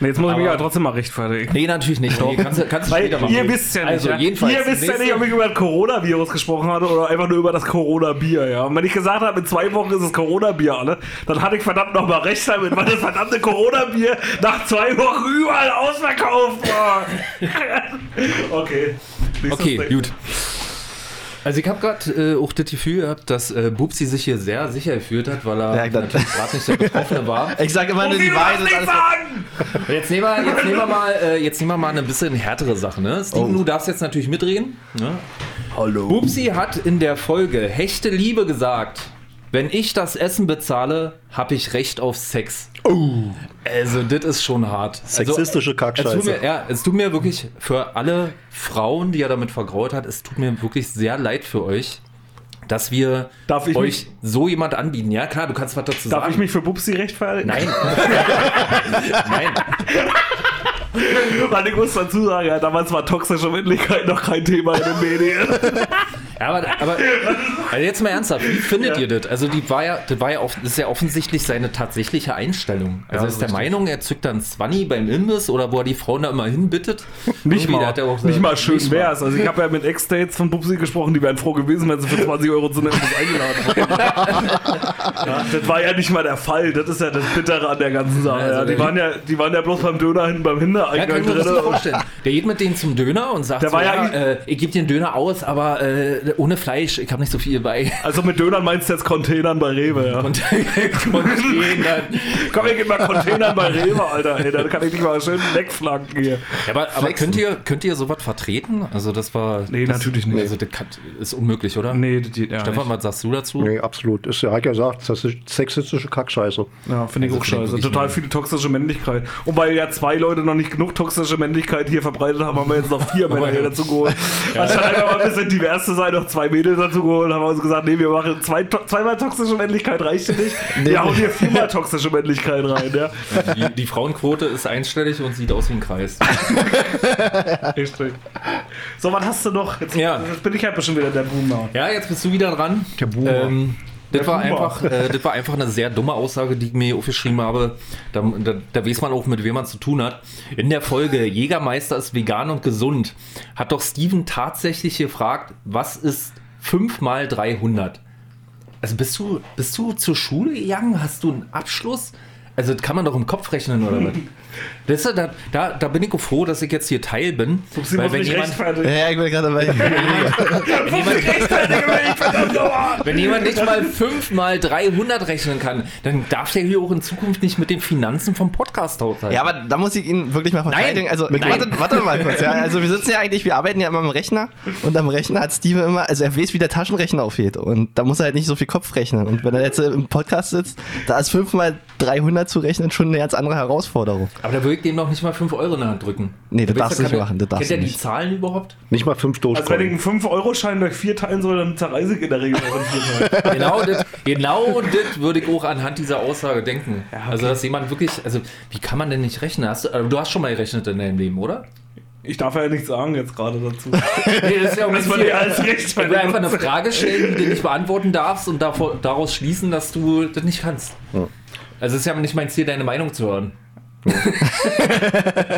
A: Nee, jetzt muss ich mich
C: Aber-
A: aber trotzdem mal rechtfertigen.
C: Nee, natürlich nicht. Nee, kannst, du- kannst du
A: Weil
C: später machen.
A: ihr wisst ja nicht,
C: Also
A: ja?
C: jedenfalls.
A: ihr wisst ja
C: nächste-
A: nicht, ob ich über das Coronavirus gesprochen hatte oder einfach nur über das Corona-Bier, ja. Und wenn ich gesagt habe, in zwei Wochen ist es Corona-Bier, alle, dann hatte ich verdammt nochmal recht damit, weil das verdammte Corona-Bier nach zwei Wochen überall ausverkauft war. okay. Nächstes
C: Okay,
A: Ding.
C: gut. Also ich habe gerade äh, auch das Gefühl gehabt, dass äh, Bubsi sich hier sehr sicher gefühlt hat, weil er
B: Ja, ich glaub-
C: natürlich gerade nicht der Betroffene war.
B: ich sage immer
A: Und
B: nur
A: sie
B: die Wahrheit.
A: darf
B: und
A: nicht
B: alles-
A: sagen!
C: Jetzt nehmen wir, jetzt nehmen wir mal, äh, jetzt nehmen wir mal eine bisschen härtere Sache. Ne? Steven, du darfst jetzt natürlich mitreden. Ne? Hallo. Bubsi hat in der Folge Hechte Liebe gesagt. Wenn ich das Essen bezahle, habe ich Recht auf Sex. Oh. Also, das ist schon hart. also,
D: Sexistische
C: es tut mir,
D: Kackscheiße.
C: ja, es tut mir wirklich für alle Frauen, die er damit vergrault hat, es tut mir wirklich sehr leid für euch, dass wir
A: Darf ich
C: euch so jemand anbieten. Ja, klar, du kannst was dazu
A: Darf
C: sagen.
A: ich mich für Bubsi rechtfertigen?
C: Nein. Nein.
A: Weil ich muss dazu sagen, ja, damals war toxische Männlichkeit noch kein Thema in den Medien.
C: Ja, aber, aber also jetzt mal ernsthaft, wie findet ihr das? Also die war ja, das war ja off- das ist ja offensichtlich seine tatsächliche Einstellung. Also
A: Ja,
C: ist der
A: richtig.
C: Meinung, er zückt dann Swanny beim Imbiss oder wo er die Frauen da immer hinbittet.
A: Nicht
C: Irgendwie, da
A: mal,
C: hat er auch so-
A: nicht mal schön
C: nicht mal.
A: wär's. Also ich habe ja mit Ex-Dates von Bubsi gesprochen, die wären froh gewesen, wenn sie für 20 Euro zu einem Essen eingeladen haben. ja, das war ja nicht mal der Fall. Das ist ja das Bittere an der ganzen Sache.
C: Also
A: ja, die,
C: der-
A: waren ja, die waren ja bloß beim Döner hinten beim
C: Ja, kann
A: Hintereingang
C: ich mir das
A: drin.
C: nicht vorstellen. Der geht mit denen zum Döner und sagt,
A: Der
C: so,
A: war ja
C: ja,
A: eigentlich-
C: äh, ich gebe dir einen Döner aus, aber äh, ohne Fleisch, ich habe nicht so viel bei.
A: Also mit Dönern meinst du jetzt Containern bei Rewe, ja.
C: Und gehen dann.
A: Komm, wir gehen mal Containern bei Rewe, Alter. Ey, dann kann ich dich mal schön wegflanken hier.
C: Ja, aber, aber könnt ihr könnt ihr sowas vertreten? Also das war
A: Nee,
C: das,
A: natürlich nicht.
C: Also das kann, ist unmöglich, oder?
A: Nee, das geht ja
C: Stefan,
A: nicht.
C: was sagst du dazu?
D: Nee, absolut. Ist ja, hat ja gesagt, das ist sexistische Kackscheiße.
A: Ja, finde ich
C: Also
A: auch
C: finde ich
A: scheiße.
C: wirklich
A: Total
C: nicht.
A: viel toxische Männlichkeit. Und weil ja zwei Leute noch nicht genug toxische Männlichkeit hier verbreitet haben, haben wir jetzt noch vier
C: Oh
A: Männer hier dazu geholt. Anstatt einfach mal ein bisschen divers zu sein, noch zwei Mädels dazu geholt, haben wir uns gesagt, nee, wir machen zwei, to- zweimal toxische Männlichkeit, reicht dir nicht? Wir hauen hier viermal toxische Männlichkeit rein, ja.
C: Die, die Frauenquote ist einstellig und sieht aus wie ein Kreis.
A: Richtig. So, was hast du noch? Jetzt,
C: Ja.
A: jetzt bin ich halt bestimmt wieder der Boomer.
C: Ja, jetzt bist du wieder dran.
D: Der Boomer.
C: Ähm, das, war
A: Boomer.
C: einfach, äh, das war einfach eine sehr dumme Aussage, die ich mir aufgeschrieben habe. Da, da, da weiß man auch, mit wem man zu tun hat. In der Folge Jägermeister ist vegan und gesund hat doch Steven tatsächlich gefragt, was ist 5 mal 300? Also bist du, bist du zur Schule gegangen? Hast du einen Abschluss? Also das kann man doch im Kopf rechnen, oder was? Das ist, da, da, da bin ich auch froh, dass ich jetzt hier Teil bin.
A: Pupsi
C: weil
A: muss
C: wenn
A: mich
C: jemand, Äh,
A: rechtfertigen.
B: Ja, ich bin gerade dabei.
A: Pupsi rechtfertigen, wenn ich verdammt nochmal.
C: wenn jemand nicht mal 5 mal 300 rechnen kann, dann darf der hier auch in Zukunft nicht mit den Finanzen vom Podcast haushalten.
B: Ja, aber da muss ich ihn wirklich mal verteidigen. also,
D: mit
B: nein. Warte, warte mal kurz. Ja. Also, wir sitzen ja eigentlich, wir arbeiten ja immer am Rechner und am Rechner hat Steve immer, also er weiß, wie der Taschenrechner aufgeht und da muss er halt nicht so viel Kopf rechnen. Und wenn er jetzt im Podcast sitzt, da ist 5 mal 300 zu rechnen schon eine ganz andere Herausforderung.
C: Aber da würde ich dem noch nicht mal 5 Euro in die Hand drücken.
B: Nee, das
C: Wisst ihr,
B: darfst du nicht
C: kann-
B: machen, das darfst
C: Kennt
B: du
C: ihr die
B: nicht.
C: Zahlen überhaupt?
D: Nicht mal fünf
A: Also wenn ich
D: Dogecoin.
A: einen 5-Euro-Schein durch vier teilen soll, dann zerreiße ich in der Regel auch in vier Teilen.
C: genau das genau das würde ich auch anhand dieser Aussage denken. Also, dass jemand wirklich, also, wie kann man denn nicht rechnen? Hast du, also, du hast schon mal gerechnet in deinem Leben, oder?
A: Ich darf ja nichts sagen jetzt gerade dazu. Um
C: Nee, das ist ja auch
A: Das war ja alles recht.
C: Ich will einfach eine Frage stellen, die du nicht beantworten darfst und davor, daraus schließen, dass du das nicht kannst. Also, es ist ja nicht mein Ziel, deine Meinung zu hören.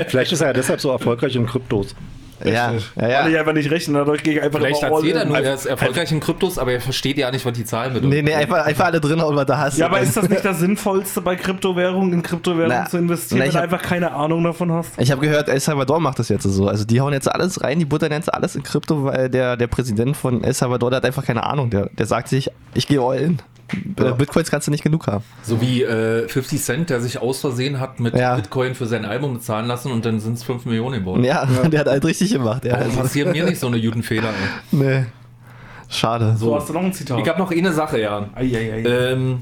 D: Vielleicht ist er ja deshalb so erfolgreich in Kryptos.
B: Ja, ja, Also,
A: Weil ich
B: ja.
A: einfach nicht rechnen, dadurch gehe ich einfach
C: Vielleicht
A: immer
C: hat
A: all
C: jeder
A: in.
C: nur, er ist erfolgreich in Kryptos, aber er versteht ja nicht, was die Zahlen bedeuten.
B: Nee, nee, einfach, einfach alle drin hauen, was du hast.
A: Ja, aber ist das nicht das Sinnvollste bei Kryptowährungen, in Kryptowährungen
B: Na,
A: zu investieren,
B: na,
A: wenn
B: ich
A: du
B: hab-
A: einfach keine Ahnung davon hast?
B: Ich habe gehört, El Salvador macht das jetzt so. Also die hauen jetzt alles rein, die buttern jetzt alles in Krypto, weil der, der Präsident von El Salvador, der hat einfach keine Ahnung. Der, der sagt sich, ich gehe all in. Äh, Bitcoins kannst du nicht genug haben.
C: So wie äh, 50 Cent, der sich aus Versehen hat mit
B: Ja.
C: Bitcoin für sein Album bezahlen lassen und dann sind es 5 Millionen geworden.
B: Ja, der hat halt richtig gemacht. Ja,
C: Warum
B: also,
C: passieren mir nicht so eine Judenfehler? ey?
B: nee. Schade.
A: So hast du noch ein Zitat.
C: Ich habe noch eh eine Sache, ja.
A: Eieiei.
C: Ähm,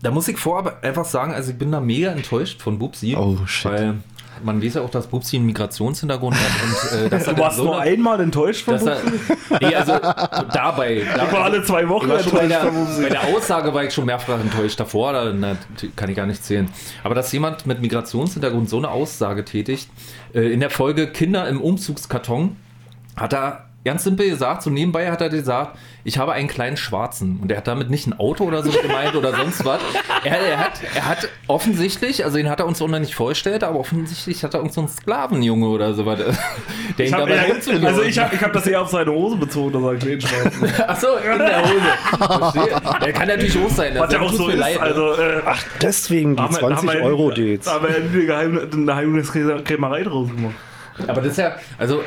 C: da muss ich vorab einfach sagen, also ich bin da mega enttäuscht von Bubsi.
B: Oh, shit.
C: Weil man weiß ja auch, dass Bubsi einen Migrationshintergrund hat und äh, dass er
A: du warst
C: so
A: nur
C: eine,
A: einmal enttäuscht von
C: dass er,
A: Pupsi?
C: nee, also dabei.
A: Ich war alle zwei Wochen
C: Ich war schon bei,
A: enttäuscht
C: der,
A: von Pupsi.
C: bei der Aussage war ich schon mehrfach enttäuscht davor, da, na, t- kann ich gar nicht zählen. Aber dass jemand mit Migrationshintergrund so eine Aussage tätigt, äh, in der Folge Kinder im Umzugskarton, hat er ganz simpel gesagt, so nebenbei hat er gesagt, ich habe einen kleinen Schwarzen. Und er hat damit nicht ein Auto oder so gemeint oder sonst was. Er, er, hat, er hat offensichtlich, also den hat er uns auch noch nicht vorgestellt, aber offensichtlich hat er uns so einen Sklavenjunge oder so was. äh, Der
A: Ich
C: ihn
A: hab,
C: dabei
A: ja,
C: rumzuführen.
A: also ich habe ich hab das eher auf seine Hose bezogen, dass er einen kleinen Schwarzen hat.
C: Achso, in der Hose. Verstehe. Der kann natürlich hoch sein.
A: Was
C: also
A: ja auch
C: tut's
A: so
C: mir
A: ist.
C: leid.
A: also, äh, ach,
D: Deswegen die 20 Euro Dates.
A: Da haben wir eine Geheim- eine Geheimniskrämerei draus gemacht.
C: Aber das ist ja, also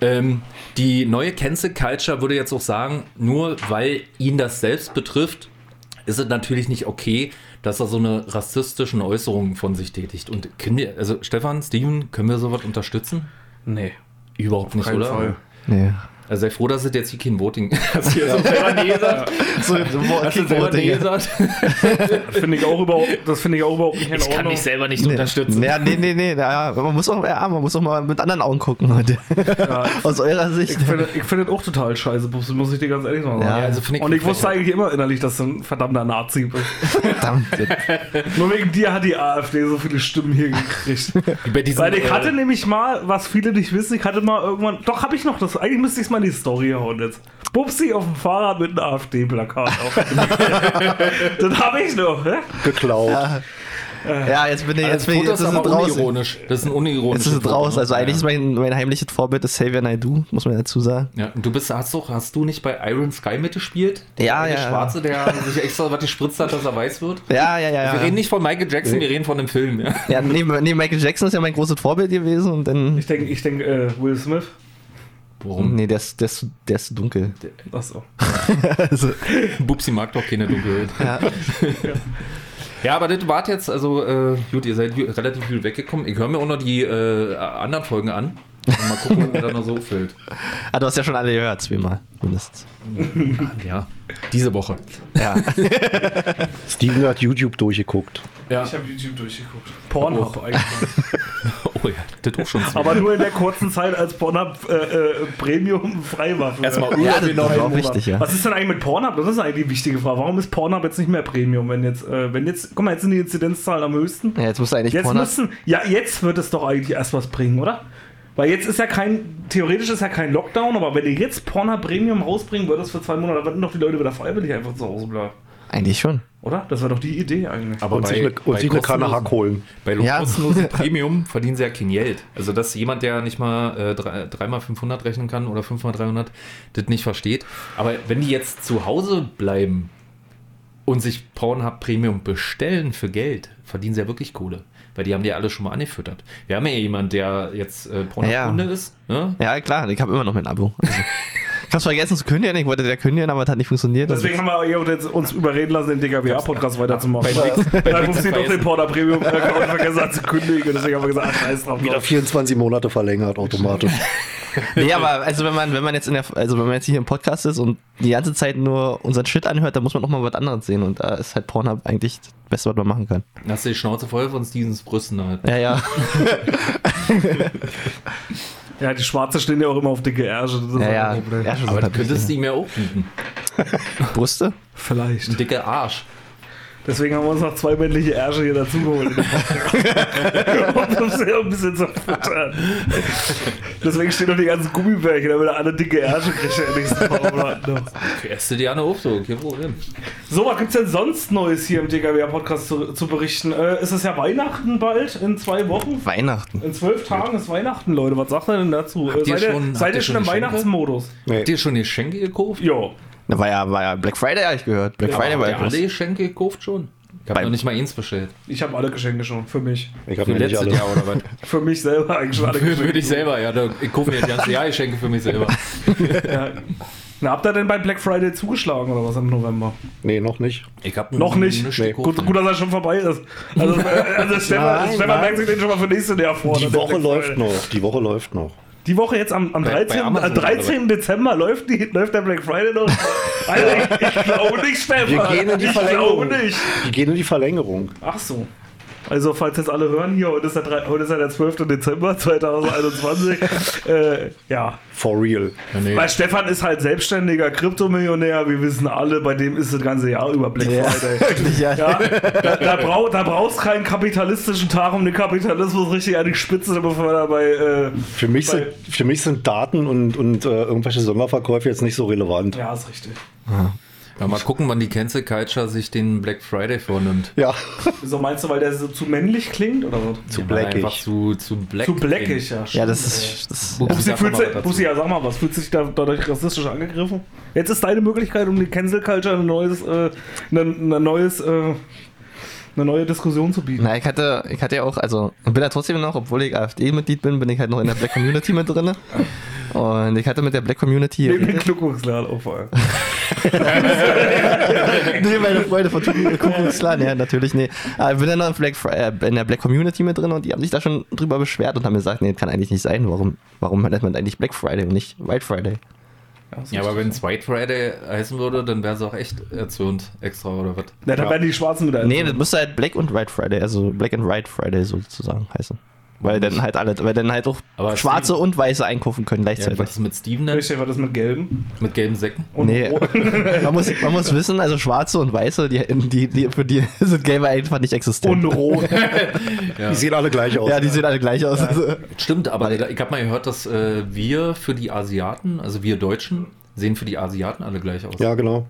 C: ähm, die neue Cancel Culture würde jetzt auch sagen, nur weil ihn das selbst betrifft, ist es natürlich nicht okay, dass er so eine rassistischen Äußerungen von sich tätigt. Und können wir, also Stefan, Steven, können wir sowas unterstützen?
A: Nee.
C: Überhaupt nicht,
A: keinen
C: oder?
A: Fall.
B: Nee.
C: Also sei froh, dass es jetzt hier kein Voting ist. Hier so selber nee gesagt.
B: So, boah,
C: Hast du selber nee gesagt?
A: Finde ich auch überhaupt, das finde ich auch überhaupt nicht in
C: Ich kann
A: Ordnung.
C: mich selber nicht unterstützen.
B: ja, nee, nee, nee, ja, man muss auch, ja, man muss auch mal mit anderen Augen gucken heute. Aus eurer Sicht.
A: Ich finde, ich finde das auch total scheiße, Bubsi, muss ich dir ganz ehrlich mal sagen.
B: Ja,
C: also finde ich-
A: Und ich wusste eigentlich immer innerlich, dass du ein verdammter Nazi bist.
B: Verdammt.
A: Nur wegen dir hat die AfD so viele Stimmen hier gekriegt.
C: Bei diesem,
A: Weil ich hatte
C: äh,
A: nämlich mal, was viele nicht wissen, ich hatte mal irgendwann, doch habe ich noch das, eigentlich müsste ich es mal in die Story hauen jetzt. Bubsi auf dem Fahrrad mit einem AfD-Plakat auf. das habe ich noch, hä?
D: Geklaut.
B: Ja, jetzt bin ich,
C: das
B: jetzt bin ich, jetzt
C: Also Foto ist
B: ist es
C: aber
B: draußen.
C: unironisch. Das ist ein unironisches
B: Jetzt ist es
C: Foto,
B: raus.
C: ne?
B: Also eigentlich
C: Ja.
B: ist mein, mein heimliches Vorbild ist Xavier Naidoo, muss man dazu sagen.
C: Ja, und du bist, hast doch, hast du nicht bei Iron Sky mitgespielt?
B: Ja,
C: der
B: ja, ja.
C: Schwarze, der sich extra was gespritzt hat, dass er weiß wird.
B: Ja, ja, ja. ja.
C: Wir reden nicht von Michael Jackson, wir reden von dem Film. Ja.
B: Ja, nee, nee, Michael Jackson ist ja mein großes Vorbild gewesen und dann.
A: Ich denke, ich denk, äh, Will Smith.
C: Warum?
B: Nee, der ist, der ist, der ist dunkel.
A: Achso.
B: Also,
C: Bubsi mag doch keine Dunkelheit. Ja, aber das wart jetzt, also äh, gut, ihr seid ju- relativ viel weggekommen. Ich höre mir auch noch die äh, anderen Folgen an. Und mal gucken, was da noch so fällt.
B: ah, du hast ja schon alle gehört, zweimal mindestens.
C: Ja, diese Woche.
B: Ja.
D: Steven hat YouTube durchgeguckt.
C: Ja.
A: Ich habe YouTube durchgeguckt. Pornhub eigentlich.
C: Oh ja, das auch schon zwei.
A: Aber nur in der kurzen Zeit, als Pornhub äh, äh, Premium frei war. Für
C: Erstmal
A: für
C: Urlaub
B: das
A: den neuen
B: ist auch
A: Monat.
B: wichtig, ja.
A: Genau. Was ist denn eigentlich mit Pornhub? Das ist eigentlich die wichtige Frage. Warum ist Pornhub jetzt nicht mehr Premium? Wenn jetzt, äh, wenn jetzt, guck mal, jetzt sind die Inzidenzzahlen am höchsten.
B: ja jetzt musst du eigentlich
A: Jetzt
B: Pornhub-
A: müssen, ja, jetzt wird es doch eigentlich erst was bringen, oder? Weil jetzt ist ja kein, theoretisch ist ja kein Lockdown, aber wenn die jetzt Pornhub Premium rausbringen, würde das für zwei Monate, würden doch die Leute wieder freiwillig einfach zu Hause bleiben,
B: Eigentlich schon.
A: oder? Das war doch die Idee eigentlich.
C: aber
D: Und sich eine, und sich eine Kanne Hack holen.
C: Bei
B: Ja.
C: kostenlosem Premium verdienen sie ja kein Geld. Also, dass jemand, der nicht mal äh, 3x 500 rechnen kann oder 5x 300, das nicht versteht. Aber wenn die jetzt zu Hause bleiben, und sich Pornhub Premium bestellen für Geld, verdienen sie ja wirklich Kohle. Weil die haben die alle schon mal angefüttert. Wir haben ja jemanden, der jetzt äh, Pornhub-Kunde
B: Ja.
C: ist. Ne?
B: Ja, klar, ich habe immer noch mein Abo. Also, ich hab's vergessen zu kündigen, ich wollte der kündigen, aber es hat nicht funktioniert.
A: Deswegen haben wir hier jetzt uns überreden lassen, den DKWA-Podcast weiterzumachen.
C: Bei Nix- bei
A: Dann
C: Nix
A: ruft sie doch den
C: vergessen.
A: Porter Premium äh, Account vergessen hat zu kündigen. Deswegen haben wir gesagt, ach, scheiß drauf.
D: Wieder
A: drauf.
D: 24 Monate verlängert automatisch.
B: Nee, aber also wenn man, wenn man jetzt in der, also wenn man jetzt hier im Podcast ist und die ganze Zeit nur unseren Shit anhört, dann muss man auch mal was anderes sehen. Und da ist halt Pornhub eigentlich das Beste, was man machen kann.
C: Hast du die Schnauze voll von Stevens Brüsten halt.
B: Ja, ja.
A: Ja, die Schwarze stehen ja auch immer auf dicke Ärsche. Das ist
B: ja,
A: auch
B: ja.
A: ein Problem.
B: ja schon
C: Aber
B: so
C: das könntest du ihm ja auch bieten.
B: Brüste?
A: Vielleicht.
C: Ein dicker Arsch.
A: Deswegen haben wir uns noch zwei männliche Ärsche hier dazugeholt. um uns hier ein bisschen zu futtern. Deswegen stehen noch die ganzen Gummibärchen, damit er alle dicke Ärsche kriegt. der nächsten paar Monate noch.
C: Erste Diana auch so, kein Problem.
A: So, was gibt's denn sonst Neues hier im DKW-Podcast zu, zu berichten? Äh, ist es ja Weihnachten bald, in zwei Wochen?
B: Weihnachten.
A: In zwölf Tagen ist Weihnachten, Leute. Was sagt ihr denn dazu? Äh,
C: Habt ihr
A: seid ihr
C: schon-
A: seid
C: habt
A: ihr schon
C: ihr schon
A: im
C: Geschenke?
A: Weihnachtsmodus?
D: Nee.
C: Habt ihr schon die Geschenke gekauft?
A: Jo.
B: Da war ja, war ja Black Friday, habe ich gehört. Black Friday war
C: Habt ihr
B: ja
C: alle
B: groß.
C: Geschenke gekauft schon? Ich habe
B: Beim-
C: noch nicht mal eins bestellt.
A: Ich habe alle Geschenke schon. Für mich.
D: Ich habe
C: Für
D: mir nicht
C: letztes
D: alle.
C: Jahr oder was?
A: Für mich selber eigentlich schon alle
C: Für,
A: Geschenke.
C: für dich selber, ja. da- Ich kaufe mir das ganze Jahr Geschenke für mich selber.
A: Ja. Na, habt ihr denn bei Black Friday zugeschlagen oder was im November?
D: Nee, noch nicht.
C: Ich habe
A: Noch nicht.
D: Nee.
A: Gut, gut, dass er schon vorbei ist. Also, äh, also Stefan,
D: Nein,
A: Stefan
D: nein.
A: merkt sich den schon mal für nächste Jahr vor. dass
D: Die
A: der
D: Woche
A: Black
D: läuft
A: Friday-
D: noch. Die Woche läuft noch.
A: Die Woche jetzt am, am
C: Bei-
A: 13.
C: bei Amazon
A: am 13. Dezember läuft, die, läuft der Black Friday noch. Alter, ich, ich glaube nicht, Stefan.
D: Wir gehen in die
A: ich
D: Verlängerung.
A: glaube nicht.
D: Wir gehen in die Verlängerung.
A: Ach so. Also, falls jetzt alle hören, hier, heute ist der, drei- heute ist ja der 12. Dezember 2021. äh, ja.
D: For real.
C: Ja, nee.
A: Weil Stefan ist halt selbstständiger Kryptomillionär, wir wissen alle, bei dem ist das ganze Jahr über Black Friday.
B: Ja.
A: Ja, da, da, brau, da brauchst keinen kapitalistischen Tag, um den Kapitalismus richtig an die Spitze zu befördern. Bei, äh,
D: Für mich,
A: Weil-
D: sind, für mich sind Daten und, und äh, irgendwelche Sonderverkäufe jetzt nicht so relevant.
A: ja, ist richtig.
C: Ja, mal gucken, wann die Cancel Culture sich den Black Friday vornimmt.
D: Ja,
A: Wieso meinst du, weil der so zu männlich klingt? Oder was?
D: zu
C: Ja,
D: bleckig.
C: Einfach zu, zu black.
A: Zu bleckig, ja.
B: Ja, das ist. Das ist
A: Bussi,
C: Bubsi, sag mal
A: fühlst du-
C: was dazu.
A: Bussi, ja, sag mal was. Fühlst du dich da, dadurch rassistisch angegriffen? Jetzt ist deine Möglichkeit, um die Cancel Culture ein neues, äh, ein, ein neues, äh, eine neue Diskussion zu
C: Genau.
A: bieten.
B: na, ich hatte, ich hatte ja auch, also ich bin ja trotzdem noch, obwohl ich AfD-Mitglied bin, bin ich halt noch in der Black Community mit drin. Und ich hatte mit der Black Community.
A: Neben den Gluckwurstladen auf. ey.
B: nee, meine Freunde von Kuckucksklan, ja, natürlich, nee. Aber ich bin ja noch in, Black, Fri- äh, in der Black Community mit drin und die haben sich da schon drüber beschwert und haben gesagt, nee, das kann eigentlich nicht sein. Warum, warum nennt man eigentlich Black Friday und nicht White Friday?
C: Ja, aber wenn es White Friday heißen würde, dann wäre es auch echt erzürnt extra oder was.
A: Na, da
D: Ja.
A: werden die Schwarzen wieder.
B: Nee, das müsste halt Black und White Friday, also Black and White Friday sozusagen heißen. Weil dann halt alle, weil dann halt auch
C: Aber
B: Schwarze
C: Steven-
B: und Weiße einkaufen können
C: Ja, was
B: gleichzeitig.
C: ist mit Steven denn?
A: Richtig, war das mit gelben?
C: Mit gelben Säcken?
A: Und
B: Nee.
A: roten?
B: man, muss, man muss wissen, also Schwarze und Weiße, die, die, die, für die sind Gamer einfach nicht existent.
A: Und rot.
D: Die sehen alle gleich aus.
B: ja, die sehen alle gleich aus. Also.
C: Stimmt, aber ich habe mal gehört, dass äh, wir für die Asiaten, also wir Deutschen, sehen für die Asiaten alle gleich aus.
D: Ja, genau.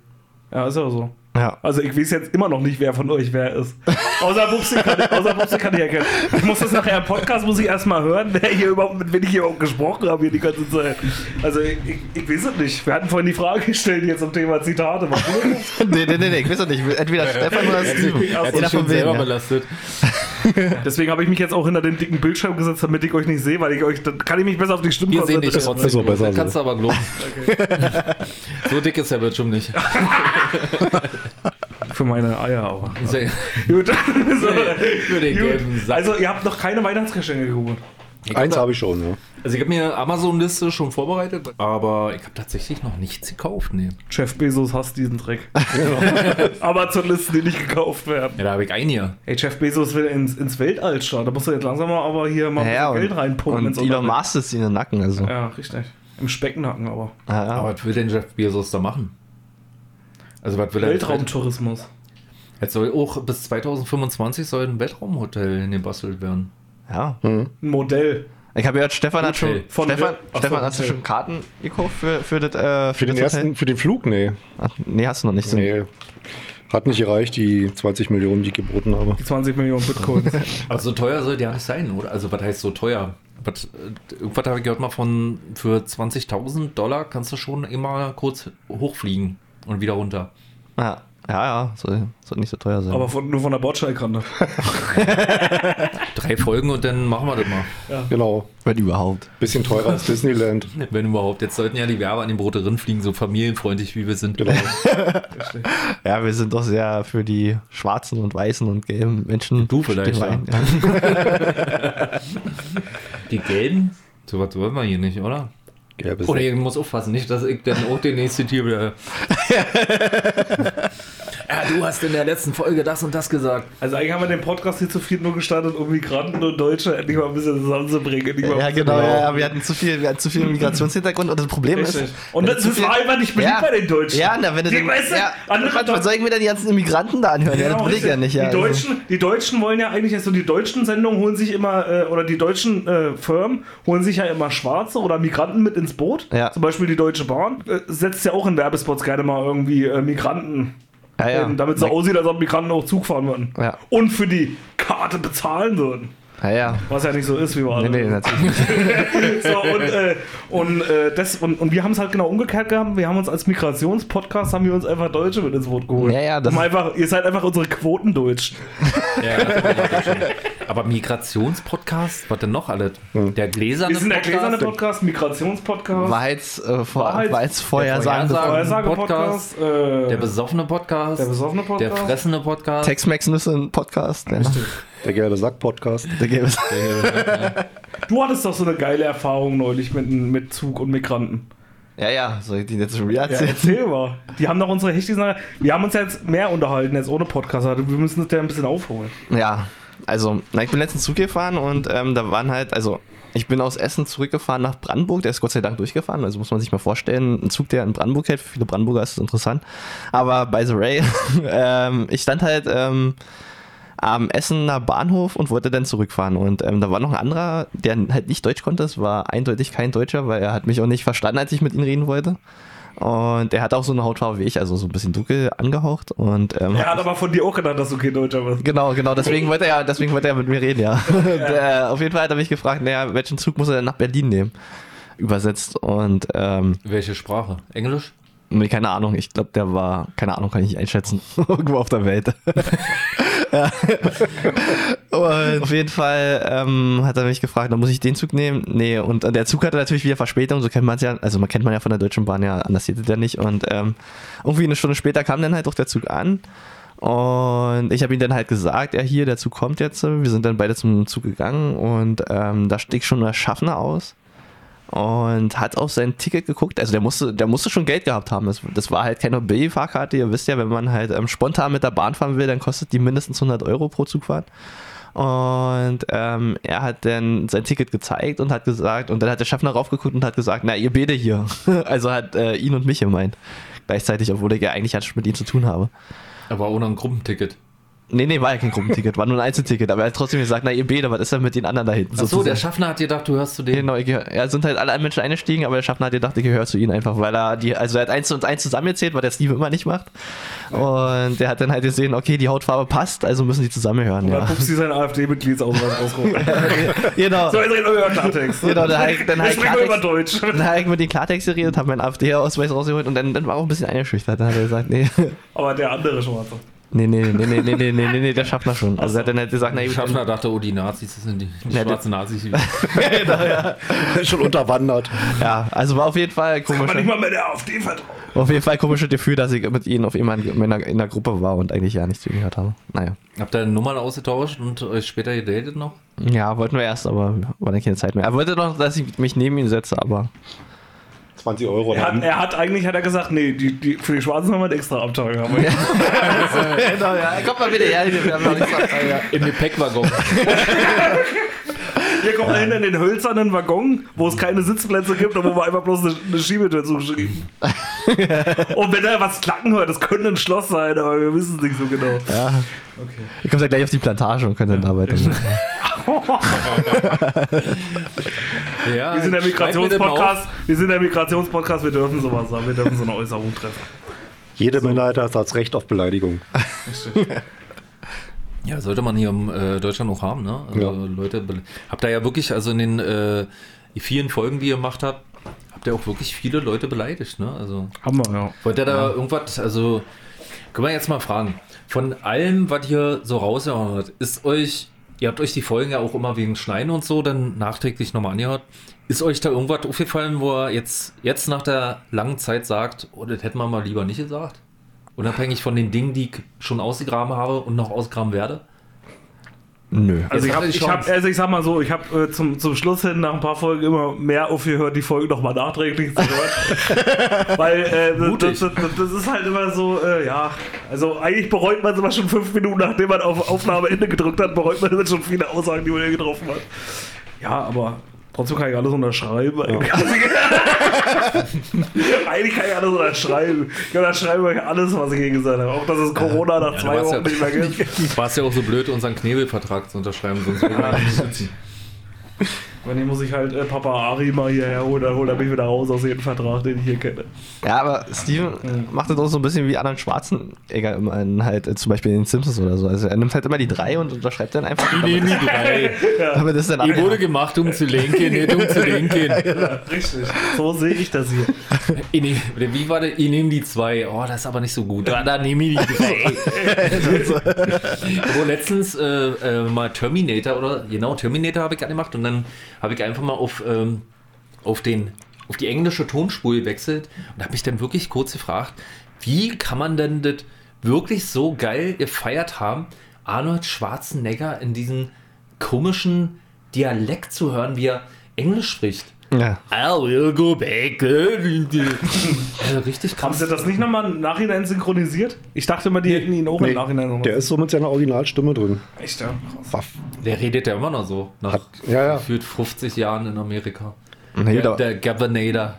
A: Ja, ist ja so.
B: Ja.
A: Also ich weiß jetzt immer noch nicht, wer von euch wer ist. Außer Bubsi kann, ich- außer Bubsi kann ich erkennen. Ich muss das nachher im Podcast, muss ich erstmal hören, wer hier überhaupt, mit wem ich hier überhaupt gesprochen habe hier die ganze Zeit. Also ich, ich, ich weiß es nicht. Wir hatten vorhin die Frage gestellt hier zum Thema Zitate. War cool.
B: Nee, nee, nee, nee, ich weiß doch nicht. Entweder Stefan oder
A: Er
B: Steven.
A: hat
C: Er hat
B: Jeder
C: sich schon
B: von
C: selber
B: wem. Ja.
C: belastet.
A: Deswegen habe ich mich jetzt auch hinter den dicken Bildschirm gesetzt, damit ich euch nicht sehe, weil ich euch, dann kann ich mich besser auf die Stimmen
C: Wir sehen dich
A: konzentrieren.
C: trotzdem.
D: so, besser
C: Das
D: so.
C: kannst du aber glauben. So dick ist der Bildschirm nicht.
A: Für meine Eier auch.
C: Sehr-
A: Gut. so,
C: Für den gelben
A: gut.
C: Sack.
A: Also ihr habt noch keine Weihnachtsgeschenke geholt.
D: Eins habe ich schon, ja.
C: Also ich habe mir eine Amazon-Liste schon vorbereitet, aber ich habe tatsächlich noch nichts gekauft. Nee.
A: Jeff Bezos hasst diesen Dreck. Amazon-Listen, die nicht gekauft werden.
C: Ja, da habe ich ein hier.
A: Ey, Jeff Bezos will ins, ins Weltall starten. Da musst du jetzt langsam mal aber hier mal ein
B: Ja,
A: bisschen Geld
B: und,
A: reinpumpen.
B: und
A: ins
B: Elon
A: Unternehmen.
B: Musk ist in den Nacken, also. Ja.
A: Ja, richtig. Im Speckenhacken aber.
B: Ja.
D: Ah.
C: Aber was will denn Jeff Bezos da machen? Also was will er?
A: Weltraumtourismus.
C: Jetzt soll auch bis 2025 soll ein Weltraumhotel in gebastelt werden.
B: ja.
A: Ein Modell.
B: Ich habe gehört, Stefan hat
C: Hotel.
B: schon,
A: Von
B: Stefan,
A: Re- Ach so,
B: Stefan hast du
A: Hotel.
B: schon Karten gekauft für, für das, äh,
D: Für den
B: das Hotel?
D: ersten, für den Flug, nee.
B: Ach, nee, hast du noch nicht. So.
D: Nee. Hat nicht gereicht, die 20 Millionen, die ich geboten habe.
A: Die 20 Millionen Bitcoins.
C: Aber so teuer soll der nicht sein, oder? Also was heißt so teuer? Was, äh, irgendwas habe ich gehört mal von, für 20.000 Dollar kannst du schon immer kurz hochfliegen und wieder runter.
B: Ja. Ja, ja, soll, soll nicht so teuer sein.
A: Aber von, nur von der Bordsteilkante.
C: Drei Folgen und dann machen wir das mal.
D: Genau.
B: wenn überhaupt.
D: Bisschen teurer als Disneyland.
C: Wenn überhaupt. Jetzt sollten ja die Werbe an den Broterinnen fliegen, so familienfreundlich wie wir sind.
D: Genau.
B: Ja, wir sind doch sehr für die schwarzen und weißen und gelben Menschen.
C: Du vielleicht,
B: stehen wir
C: ja.
B: ein.
C: Die Gelben? So was wollen wir hier nicht, oder?
D: Gelb ist
C: Oder ihr muss aufpassen, nicht, dass ich dann auch den nächste Tier wieder. ja, du hast in der letzten Folge das und das gesagt.
A: Also eigentlich haben wir den Podcast hier zu viel nur gestartet, um Migranten und Deutsche endlich mal ein bisschen zusammenzubringen. endlich mal ein
B: Ja,
A: bisschen-
B: genau, ja, ja, wir hatten zu viel, wir hatten zu viel Migrationshintergrund und das Problem
A: Richtig.
B: ist.
A: Und
B: wenn
A: das
B: du zu
A: ist
B: viel-
A: vor allem nicht beliebt
B: Ja.
A: bei den Deutschen.
B: Ja, na, wenn du
A: Die,
B: den,
A: weißt du,
B: ja,
A: andere-
B: was, was soll ich mir denn die ganzen Immigranten da anhören? Ja,
A: Genau,
B: das will ich
A: richtig.
B: ja nicht. Ja,
A: die,
B: also.
A: Deutschen, die Deutschen wollen ja eigentlich, also die deutschen Sendungen holen sich immer, äh, oder die deutschen äh, Firmen holen sich ja immer Schwarze oder Migranten mit ins Boot.
B: Ja.
A: Zum Beispiel die Deutsche Bahn äh, setzt ja auch in Werbespots gerne mal irgendwie äh, Migranten.
B: ja, ja.
A: Ähm, damit es so aussieht, als ob Migranten auch Zug fahren würden.
B: Ja.
A: Und für die Karte bezahlen würden.
B: ja, ja.
A: Was ja nicht so ist, wie wir alle.
B: Nee, nee, natürlich.
A: So, und, äh, und, äh, das, und, und wir haben es halt genau umgekehrt gehabt. Wir haben uns als Migrationspodcast, haben wir uns einfach Deutsche mit ins Boot geholt.
B: Ja, ja, das
A: um
B: ist-
A: einfach, ihr seid einfach unsere Quotendeutschen.
C: Ja, aber Migrationspodcast? Was denn noch alles? Der gläserne
A: Wir sind der gläserne
C: Podcast,
A: Podcast, Migrationspodcast,
B: Wahrheits, äh, vor,
A: Wahrheits-
B: Wahrheitsvorhersagen.
C: der Vorhersagen-
A: Vorhersage-Podcast, äh,
C: Der besoffene Podcast.
A: der besoffene
C: Der
A: Podcast.
C: fressende Podcast.
B: Tex-Mex-Nüsse im Podcast. Ja.
D: Der gelbe Sack-Podcast.
B: Da gäbe es.
A: du hattest doch so eine geile Erfahrung neulich mit, mit Zug und Migranten.
B: Ja, ja, soll ich die jetzt schon wieder
A: Ja,
B: erzählen?
A: erzähl mal. Die haben doch unsere Hechtis. Wir haben uns ja jetzt mehr unterhalten, jetzt ohne Podcast. Also wir müssen das ja ein bisschen aufholen.
B: Ja, also, na, ich bin letztens Zug gefahren und ähm, da waren halt, also, ich bin aus Essen zurückgefahren nach Brandenburg, der ist Gott sei Dank durchgefahren, also muss man sich mal vorstellen, ein Zug, der in Brandenburg hält, für viele Brandenburger ist das interessant, aber by the way, ähm, ich stand halt ähm, am Essener Bahnhof und wollte dann zurückfahren und ähm, da war noch ein anderer, der halt nicht Deutsch konnte, es war eindeutig kein Deutscher, weil er hat mich auch nicht verstanden, als ich mit ihm reden wollte. Und er hat auch so eine Hautfarbe wie ich, also so ein bisschen dunkel angehaucht. Und ähm,
A: Er hat aber von dir auch gedacht, dass du kein Deutscher bist.
B: Genau, genau, deswegen wollte er, deswegen wollte er mit mir reden, ja. Und, äh, auf jeden Fall hat er mich gefragt, naja, welchen Zug muss er denn nach Berlin nehmen? Übersetzt und ähm,
C: Welche Sprache? Englisch?
B: nee, keine Ahnung, ich glaube, der war, keine Ahnung, kann ich nicht einschätzen, irgendwo auf der Welt. Ja. und auf jeden Fall ähm, hat er mich gefragt, dann muss ich den Zug nehmen? Nee, und der Zug hatte natürlich wieder Verspätung, so kennt man es ja, also man kennt man ja von der Deutschen Bahn ja, anders geht es ja nicht. Und ähm, irgendwie eine Stunde später kam dann halt auch der Zug an. Und ich habe ihm dann halt gesagt, ja hier, der Zug kommt jetzt. Wir sind dann beide zum Zug gegangen und ähm, da stieg schon der Schaffner aus und hat auf sein Ticket geguckt. Also der musste, der musste schon Geld gehabt haben. Das, das war halt keine Billigfahrkarte. Ihr wisst ja, wenn man halt ähm, spontan mit der Bahn fahren will, dann kostet die mindestens 100 Euro pro Zugfahrt. Und ähm, er hat dann sein Ticket gezeigt und hat gesagt, und dann hat der Schaffner raufgeguckt und hat gesagt, na, ihr beide hier. Also hat äh, ihn und mich gemeint. Gleichzeitig, obwohl ich ja eigentlich halt schon mit ihm zu tun habe.
C: Aber ohne ein Gruppenticket.
B: Nee, nee, war ja kein Gruppenticket, war nur ein Einzelticket, aber er hat trotzdem gesagt, na ihr Bede, was ist denn mit den anderen da hinten?
C: Achso, der
B: sozusagen?
C: Schaffner hat gedacht, du hörst zu denen.
B: Genau, ich gehör- ja, es sind halt alle Menschen eingestiegen, aber der Schaffner hat gedacht, ich gehöre zu ihnen einfach, weil er die, also er hat eins und eins zusammengezählt, was der Steve immer nicht macht. Und der hat dann halt gesehen, okay, die Hautfarbe passt, also müssen die zusammenhören,
A: Ja.
B: ja.
A: Dann pupst sie sein AfD-Mitgliedsausweis rausgeholt.
B: genau.
A: So, jetzt reden wir über Klartext.
B: Genau, dann halt- dann halt
A: Jetzt sprechen wir über Deutsch.
B: Dann habe ich mit den Klartext geredet, habe meinen AfD-Ausweis rausgeholt und dann, dann war er auch ein bisschen eingeschüchtert. Dann hat er gesagt, nee,
A: Aber der andere Schwarze.
B: nee, nee, nee, nee, nee, nee, nee, nee, der Schaffner schon. Also er hat dann halt gesagt, na
C: Der
B: gut,
C: Schaffner dachte, oh, die Nazis, das sind die, die
B: Ja,
C: schwarzen Nazis.
D: Schon unterwandert.
B: ja, also war auf jeden Fall
A: Kann
B: komisch.
A: man nicht mal mehr der AfD vertrauen.
B: Auf jeden Fall komisches Gefühl, dass ich mit ihnen auf einmal in einer, in einer Gruppe war und eigentlich ja nichts gehört habe. Naja.
C: Habt ihr Nummern ausgetauscht und euch später gedatet noch?
B: Ja, wollten wir erst, aber war dann keine Zeit mehr. Er wollte noch, dass ich mich neben ihn setze, aber.
D: 20 Euro.
A: Er hat,
D: dann.
A: er hat eigentlich hat er gesagt, nee, die, die, für die Schwarzen haben wir einen extra Abteilung. Aber
B: genau, ja. Kommt mal bitte her, wir haben noch nichts
C: Im Gepäckwaggon.
A: Hier kommt er hin in den hölzernen Waggon, wo es keine Sitzplätze gibt und wo wir einfach bloß eine, eine Schiebetür zugeschrieben. und wenn er was klacken hört, das könnte ein Schloss sein, aber wir wissen es nicht so genau.
B: Ihr kommt ja gleich auf die Plantage und könnt dann arbeiten.
C: Ja,
A: Wir sind der
C: schreib mir das mal
A: Migrationspodcast, wir sind der Migrationspodcast, wir dürfen sowas sagen, wir dürfen so eine Äußerung treffen.
D: Jede Minderheit hat das Recht auf Beleidigung.
C: auf. Ja, sollte man hier im äh, Deutschland auch haben, ne? Also
D: Ja.
C: Leute, be- habt ihr ja wirklich, also in den äh, vielen Folgen, die ihr gemacht habt, habt ihr auch wirklich viele Leute beleidigt, ne? Also
A: Haben wir, ja.
C: wollt ihr da irgendwas, also Können wir jetzt mal fragen, von allem, was ihr so rausgehauen habt, ist euch, ihr habt euch die Folgen ja auch immer wegen Schneiden und so dann nachträglich nochmal angehört, ist euch da irgendwas aufgefallen, wo er jetzt, jetzt nach der langen Zeit sagt, oh, das hätten wir mal lieber nicht gesagt? Unabhängig von den Dingen, die ich schon ausgegraben habe und noch ausgraben werde?
B: Nö.
A: Also ich,
C: Jetzt
A: hab,
C: hat er die
A: ich hab,
C: Chance.
A: also ich sag mal so, ich habe äh, zum, zum Schluss hin nach ein paar Folgen immer mehr aufgehört, die Folge nochmal nachträglich zu hören. Weil äh, das,
C: Mutig.
A: das, das, das ist halt immer so, äh, ja, also eigentlich bereut man es immer schon fünf Minuten, nachdem man auf Aufnahmeende gedrückt hat, bereut man dann schon viele Aussagen, die man hier getroffen hat. Ja, aber trotzdem kann ich alles unterschreiben. eigentlich. Eigentlich kann ich alles unterschreiben. Ich unterschreibe alles, was ich hier gesagt habe. Auch dass es Corona nach
C: Ja,
A: zwei Wochen nicht mehr gibt.
C: Du warst ja auch so blöd, unseren Knebelvertrag zu unterschreiben, sonst würden
A: Ah.
C: wir nicht sitzen.
A: Wenn nicht, muss ich halt äh, Papa Ari mal hierher holen, dann holt er mich wieder raus aus jedem Vertrag, den ich hier kenne.
B: Ja, aber Steven macht das auch so ein bisschen wie Adam Schwarzenegger immer in halt, äh, zum Beispiel in den Simpsons oder so. Also er nimmt halt immer die drei und unterschreibt dann einfach.
C: Nee,
B: damit,
C: die drei.
B: damit das dann
C: Die wurde gemacht, um zu lenken, nicht um zu lenken.
A: Richtig. So sehe ich das hier.
C: Ich nehm, wie war der? Ich nehme die zwei. Oh, das ist aber nicht so gut. Da, da nehme ich die drei. Wo letztens äh, äh, mal Terminator oder genau Terminator habe ich gemacht und dann habe ich einfach mal auf, ähm, auf den auf die englische Tonspur gewechselt und habe mich dann wirklich kurz gefragt, wie kann man denn das wirklich so geil gefeiert haben, Arnold Schwarzenegger in diesem komischen Dialekt zu hören, wie er Englisch spricht.
B: Ja.
C: I will go back. Also richtig
A: Haben
C: krass.
A: sie das nicht nochmal im Nachhinein synchronisiert? Ich dachte immer, die hätten ihn auch
D: Nee,
A: im Nachhinein nochmal.
D: der ist so mit seiner Originalstimme drin.
A: echt, ja.
D: Waff.
C: Der redet ja immer noch so. Nach
D: Hat- ja, ja.
C: gefühlt 50 Jahren in Amerika.
B: Na gut,
C: Der,
B: aber-
C: der Governator.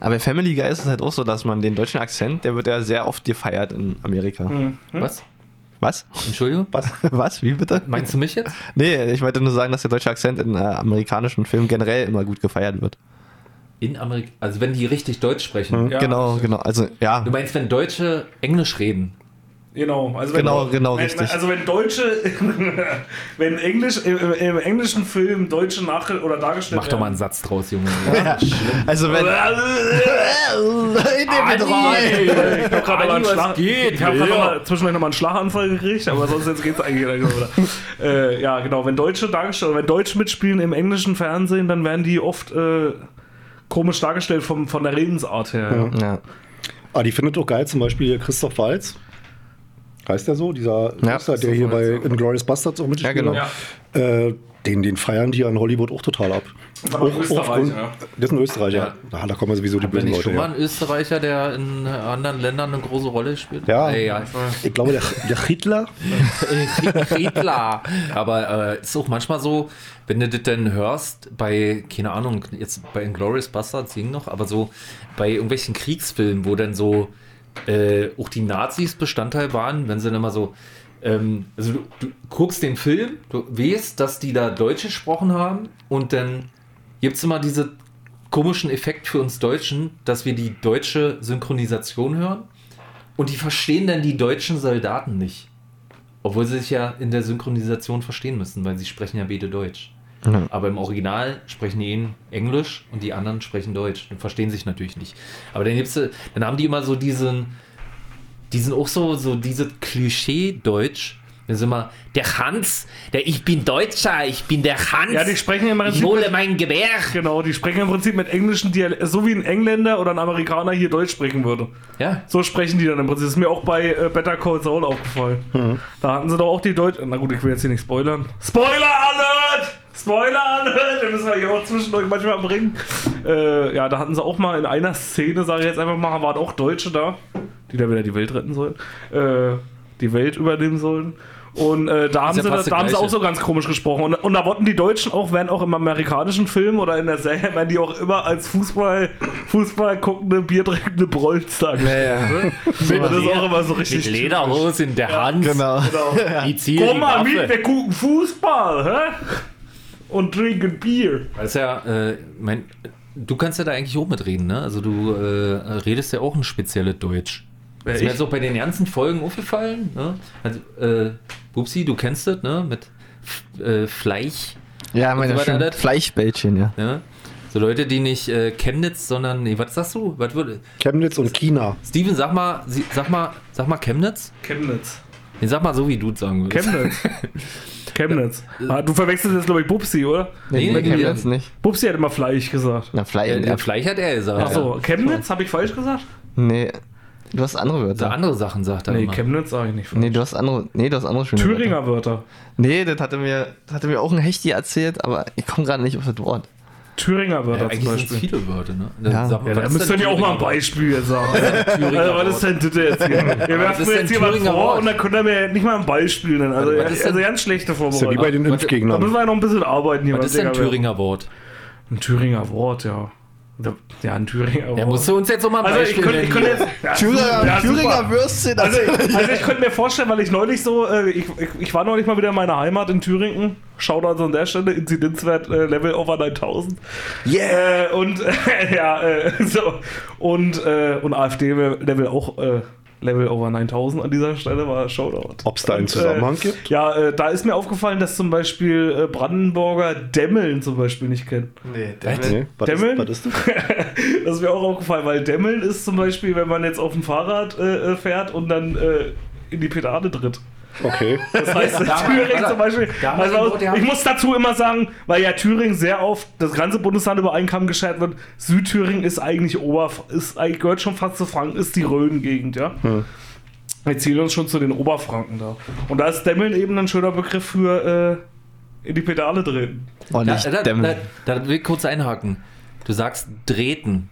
B: Aber bei Family Guy ist es halt auch so, dass man den deutschen Akzent, der wird ja sehr oft gefeiert in Amerika.
D: Hm?
C: Was?
B: Was?
C: Entschuldigung?
B: Mhm. Was? Was? Wie bitte?
C: Meinst du mich jetzt?
B: Nee, ich wollte nur sagen, dass der deutsche Akzent in äh, amerikanischen Filmen generell immer gut gefeiert wird.
C: In Amerika. Also wenn die richtig Deutsch sprechen.
D: Hm.
A: Ja,
B: genau,
A: das-
B: genau. Also ja,
C: Du meinst, wenn Deutsche Englisch reden?
A: Genau, also wenn,
B: Genau, genau,
A: wenn,
B: richtig.
A: Also wenn Deutsche, wenn Englisch, im, im, im englischen Film Deutsche nach oder dargestellt
C: Mach doch mal einen Satz draus, Junge. Ja.
B: also wenn.
C: Ah,
A: Ich hab gerade
C: Adi,
A: nochmal einen
C: was
A: Schlag.
C: geht?
A: Ich habe
C: Ja.
A: ja. zwischendurch nochmal einen Schlaganfall gekriegt, aber sonst jetzt geht's eigentlich wieder. Oder? äh, ja, genau. Wenn Deutsche dargestellt, wenn Deutsche mitspielen im englischen Fernsehen, dann werden die oft äh, komisch dargestellt vom, von der Redensart her. Ja.
B: Ja.
D: Ah, die findet auch geil zum Beispiel hier Christoph Walz. Heißt der so? Dieser
B: Ja,
D: Öster, der hier bei Inglourious Bastards auch mitspielt.
B: genau.
A: Ja.
D: Äh, den, den feiern die ja in Hollywood auch total ab.
A: aber ein
D: Auch- auch
A: Österreicher,
D: aufgrund-
A: ja.
D: Das ist ein Österreicher.
C: Ja.
D: Ah, da kommen ja sowieso die
C: Wenn
D: bösen
C: ich
D: Leute
C: schon mal
D: her.
C: ein Österreicher, der in anderen Ländern eine große Rolle spielt.
D: Ja.
C: Ey, ja.
D: Ich glaube, der, der Hitler.
C: Hitler. Aber äh, ist auch manchmal so, wenn du das dann hörst, bei, keine Ahnung, jetzt bei Inglourious Bastards singen noch, aber so bei irgendwelchen Kriegsfilmen, wo dann so äh, auch die Nazis Bestandteil waren, wenn sie dann immer so, ähm, also du, du guckst den Film, du weißt, dass die da Deutsch gesprochen haben und dann gibt es immer diese komischen Effekt für uns Deutschen, dass wir die deutsche Synchronisation hören und die verstehen dann die deutschen Soldaten nicht. Obwohl sie sich ja in der Synchronisation verstehen müssen, weil sie sprechen ja beide Deutsch. Aber im Original sprechen die einen Englisch und die anderen sprechen Deutsch und verstehen sich natürlich nicht. Aber dann, gibt's, dann haben die immer so diesen, diesen auch so, so dieses Klischee-Deutsch. Dann sind immer, der Hans, der ich bin Deutscher, ich bin der Hans.
A: Ja, die sprechen im
C: ich
A: Prinzip.
C: hole mein Gewehr.
A: Genau, die sprechen im Prinzip mit englischen Dialekt, so wie ein Engländer oder ein Amerikaner hier Deutsch sprechen würde.
C: Ja,
A: So sprechen die dann im Prinzip. Das ist mir auch bei äh, Better Call Saul aufgefallen.
C: Mhm.
A: Da hatten sie doch auch die Deutsch. Na gut, ich will jetzt hier nicht spoilern. Spoiler Alert! Spoiler Alert! Den müssen wir hier auch zwischendurch manchmal bringen. Äh, ja, da hatten sie auch mal in einer Szene, sage ich jetzt einfach mal, waren auch Deutsche da, die da wieder die Welt retten sollen. Äh, die Welt übernehmen sollen. Und äh, da, haben
C: ja
A: sie,
C: fast
A: das,
C: das
A: da haben sie
C: Gleiche.
A: auch so ganz komisch gesprochen. Und, und da wurden die Deutschen auch, werden auch im amerikanischen Film oder in der Serie, werden die auch immer als Fußball, Fußball guckende, biertrinkende Brolls dargestellt. Mit das ist auch immer so richtig.
C: mit Lederhosen, der Hans,
B: Genau.
C: die zielen
A: Komm mal
C: die
A: mit,
C: Waffe.
A: wir gucken Fußball, hä? Und trinken Bier.
C: Das ist ja, äh, mein, du kannst ja da eigentlich auch mitreden, ne? Also du äh, redest ja auch ein spezielles Deutsch. ist mir
A: Äh, ich?
C: so bei den ganzen Folgen aufgefallen, ne? Also, äh, Bubsi, du kennst das, ne? Mit F- äh, Fleisch,
B: Ja, meine
C: So weiter
B: schönen
C: das?
B: Fleischbällchen, ja.
C: ne? So Leute, die nicht äh, Chemnitz, sondern, nee, was sagst du? Was würde?
D: Chemnitz und China.
C: Steven, sag mal, sie- sag mal, sag mal Chemnitz?
A: Chemnitz.
C: Nee, sag mal so, wie du es sagen würdest.
A: Chemnitz. Chemnitz. Ah, du verwechselst jetzt, glaube ich, Bubsi, oder?
C: Nee,
B: Nee,
C: nee,
B: nee,
C: nee.
B: jetzt nicht.
A: Bubsi hat immer Fleisch gesagt.
B: Na,
C: Äh,
B: Fly.
C: ja,
B: Ja,
C: Fleisch hat er gesagt.
A: Achso, Chemnitz? Habe ich falsch gesagt?
B: nee. Du hast andere
C: So
B: Wörter.
C: andere Sachen sagt er
A: Nee,
C: immer.
A: Chemnitz sage ich nicht falsch.
B: Nee, du hast andere. Nee, du hast andere schöne Wörter.
A: Thüringer Wörter.
B: Nee, das hatte mir, das hatte mir auch ein Hechti erzählt, aber ich komme gerade nicht auf das Wort.
A: Thüringer
C: ja,
A: Wörter zum
C: eigentlich sind es
A: Beispiel.
C: viele Wörter, ne? Dann
B: Ja.
C: sag mal,
A: Ja,
C: was
A: da
C: ist
A: müsst
C: denn
A: ihr ja auch mal ein
C: Thüringer?
A: Beispiel jetzt sagen. Also, was ist denn das jetzt hier? Ihr werft
C: ist
A: mir
C: denn
A: jetzt hier was
C: Thüringer
A: vor
C: Wort?
A: und dann könnt ihr mir nicht mal ein Beispiel nennen. Also,
C: Was ist denn-
A: also ganz schlechte
D: Ist ja wie bei
A: Vorbereitung.
D: den
C: Warte,
A: Da müssen
D: Impfgegnern.
A: wir ja noch ein bisschen arbeiten hier.
C: Was
A: weil
C: ist denn ein
A: Digga, wir-
C: Thüringer Wort?
A: Ein Thüringer Wort, ja. Ja, ein Thüringer Wort.
C: Ja, musst du uns jetzt auch mal ein
A: Oh. also, ich
C: Beispiel
A: könnte, ich
C: nennen
A: könnte
C: hier.
A: jetzt. Ja,
B: Thüringer,
A: ja, super.
B: Thüringer Würstchen. Das
A: Also, ich- also ich könnte mir vorstellen, weil ich neulich so, äh, ich, ich, ich war neulich mal wieder in meiner Heimat in Thüringen. Shoutout an der Stelle, Inzidenzwert äh, Level over 9000. Yeah! Äh, und äh, ja, äh, so. Und, äh, und AfD Level auch äh, Level over 9000 an dieser Stelle war Shoutout.
D: Ob es da einen
A: Und,
D: Zusammenhang
A: äh,
D: gibt?
A: Ja, äh, da ist mir aufgefallen, dass zum Beispiel äh, Brandenburger Dämmeln zum Beispiel nicht kennen.
B: nee,
C: Äh,
D: Nee, was ist,
A: Dämmeln?
D: was ist das?
A: Das ist mir auch aufgefallen, weil Dämmeln ist zum Beispiel, wenn man jetzt auf dem Fahrrad äh, äh, fährt und dann äh, in die Pedale tritt.
D: Okay.
A: Das heißt, in
C: Da haben wir-
A: Thüringen
C: warte,
A: zum Beispiel.
C: da haben wir den
A: Also,
C: Wort, die haben-
A: ich muss dazu immer sagen, weil ja Thüringen sehr oft das ganze Bundesland über einen Kamm geschert wird. Südthüringen ist eigentlich Oberf ist eigentlich- gehört schon fast zu Franken, ist die Rhön-Gegend, ja. Wir ziehen uns schon zu den Oberfranken da. Und da ist Dämmeln eben ein schöner Begriff für äh, in die Pedale drehen.
B: Oh,
C: Da,
B: nicht
C: da, da, da,
B: Dämmel.
C: da will ich kurz einhaken. Du sagst drehten,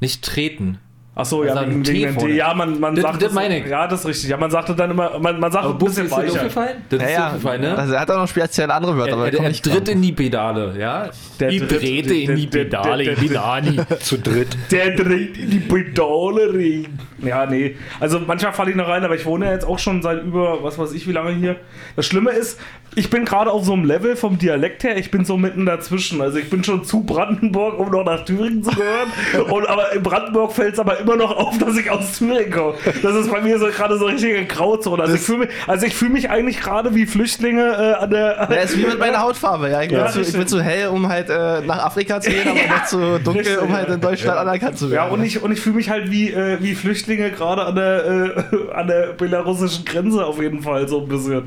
C: nicht treten.
A: Achso, ja,
C: Also ein
A: wegen,
C: T
A: wegen
C: vorne.
A: den, ja, man, man
C: Das-
A: sagt.
C: das meine ich.
A: Ja, das ist richtig. Ja, man sagt das dann immer, man, man sagt ein bisschen
C: das
A: weicher.
C: aufgefallen? Das ist
B: Ja, ja.
C: aufgefallen, ne?
B: Also, er hat auch noch spezielle andere Wörter,
C: er
B: aber
C: er,
B: er
C: er
B: nicht
C: tritt
B: dran.
C: in die Pedale, ja?
A: Der
C: ich
A: tritt-
C: trete in
A: der-
C: die
A: der- der-
C: Pedale,
A: der-
C: ich bin Ani.
D: Zu dritt.
A: Der dreht in die Pedale rein. Ja, nee. Also manchmal falle ich noch rein, aber ich wohne ja jetzt auch schon seit über, was weiß ich, wie lange hier. Das Schlimme ist, ich bin gerade auf so einem Level vom Dialekt her, ich bin so mitten dazwischen. Also ich bin schon zu Brandenburg, um noch nach Thüringen zu gehören. Und aber in Brandenburg fällt es aber immer noch auf, dass ich aus Thüringen komme. Das ist bei mir so gerade so eine richtige Grauzone. Also ich fühle mich, also ich fühl mich eigentlich gerade wie Flüchtlinge äh, an der.
B: Ja, ist wie mit meiner Hautfarbe. Ja, ich, bin
A: Ja,
B: zu, ich bin
A: richtig.
B: zu hell, um halt äh, nach Afrika zu gehen, aber noch zu dunkel,
A: richtig,
B: um halt
A: ja.
B: in Deutschland anerkannt zu
A: Ja,
B: werden.
A: und ich, und ich fühle mich halt wie, äh, wie Flüchtlinge gerade an der, äh, an der belarussischen Grenze auf jeden Fall so ein bisschen.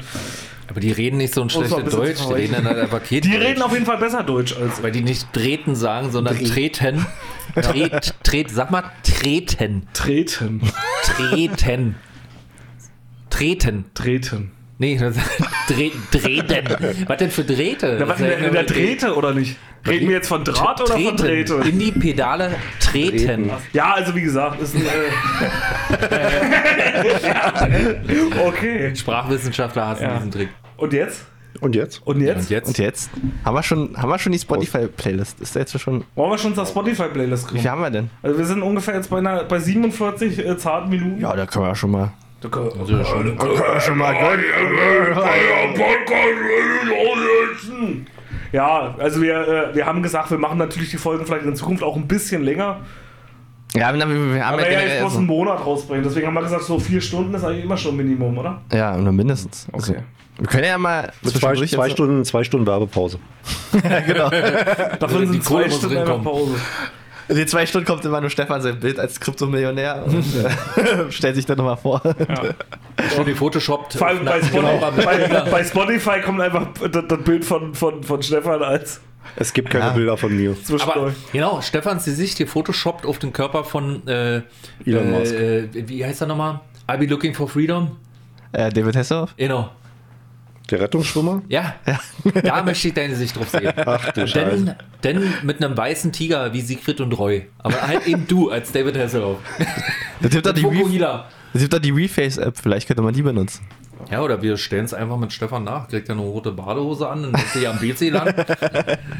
C: Aber die reden nicht so ein
A: mal
C: schlechtes
A: ein bisschen
C: Deutsch, die
A: verweichen.
C: reden dann halt einfach Paket.
A: Die reden auf jeden Fall besser Deutsch als
C: Weil die nicht treten sagen, sondern treten. Tret, tret, sag mal treten.
A: Treten.
C: Treten. Treten.
A: Treten.
C: Nee, das, Dre, Drehten. Was denn für Drähte?
A: Ja, was, in, der, in der Drehte oder nicht? Reden wir jetzt von Draht oder von
C: Treten.
A: Drähte?
C: In die Pedale treten.
A: Ja, also wie gesagt, ist ein. Äh okay.
C: Sprachwissenschaftler hassen
A: Ja.
C: diesen Trick.
A: Und jetzt?
D: Und jetzt?
A: Und
C: Und
A: jetzt?
C: jetzt?
B: Und jetzt? Haben wir schon, haben wir schon die Spotify-Playlist? Ist da jetzt schon.
A: Wollen wir schon zur Spotify-Playlist
B: Wie viel
A: kommen?
B: haben wir denn?
A: Also wir sind ungefähr jetzt bei, einer, bei 47 äh, zarten Minuten.
B: Ja, da können wir ja schon mal.
A: Da können-
B: Schon mal
A: Äh, Ja, also wir, äh, wir haben gesagt, wir machen natürlich die Folgen vielleicht in Zukunft auch ein bisschen länger.
B: Ja, wir, wir, wir haben ja,
A: Aber ja, ich
B: generell
A: muss
B: so-
A: einen Monat rausbringen. Deswegen haben wir gesagt, so vier Stunden ist eigentlich immer schon Minimum, oder?
B: Ja, nur mindestens. Also,
A: Okay.
B: wir können ja mal.
D: Mit zwei,
B: zwischendurch
D: zwei,
B: jetzt-
D: Stunden, zwei Stunden Werbepause.
A: Davon
C: die
A: sind
C: Kohle
A: zwei
C: muss
A: Stunden einfach
C: reinkommen.
A: Pause.
B: In den zwei Stunden kommt immer nur Stefan sein Bild als Kryptomillionär und äh, stellt sich dann nochmal vor.
C: Schon die Photoshop.
A: Vor allem bei
C: Genau,
A: Spotify, bei,
C: bei-
A: bei Spotify kommt einfach das, das Bild von, von, von Stefan als
D: Es gibt keine Bilder von mir.
C: Aber
A: Zwischendurch.
C: genau, Stefans Gesicht hier photoshoppt auf den Körper von äh,
D: Elon
C: äh,
D: Musk.
C: äh, Wie heißt er nochmal? I be looking for freedom?
B: Äh, David Hasselhoff?
C: Genau.
D: Der Rettungsschwimmer?
C: Ja, da möchte ich deine Sicht drauf sehen.
D: Ach du Scheiße.
C: Denn, denn mit einem weißen Tiger wie Siegfried und Roy. Aber halt eben du als David Hasselhoff.
B: Das gibt doch die, Re
C: Fukuhila.
B: das gibt doch die Reface-App, vielleicht könnte man die benutzen.
C: Ja, oder wir stellen es einfach mit Stefan nach. Kriegt er eine rote Badehose an, dann ist er ja am BC lang.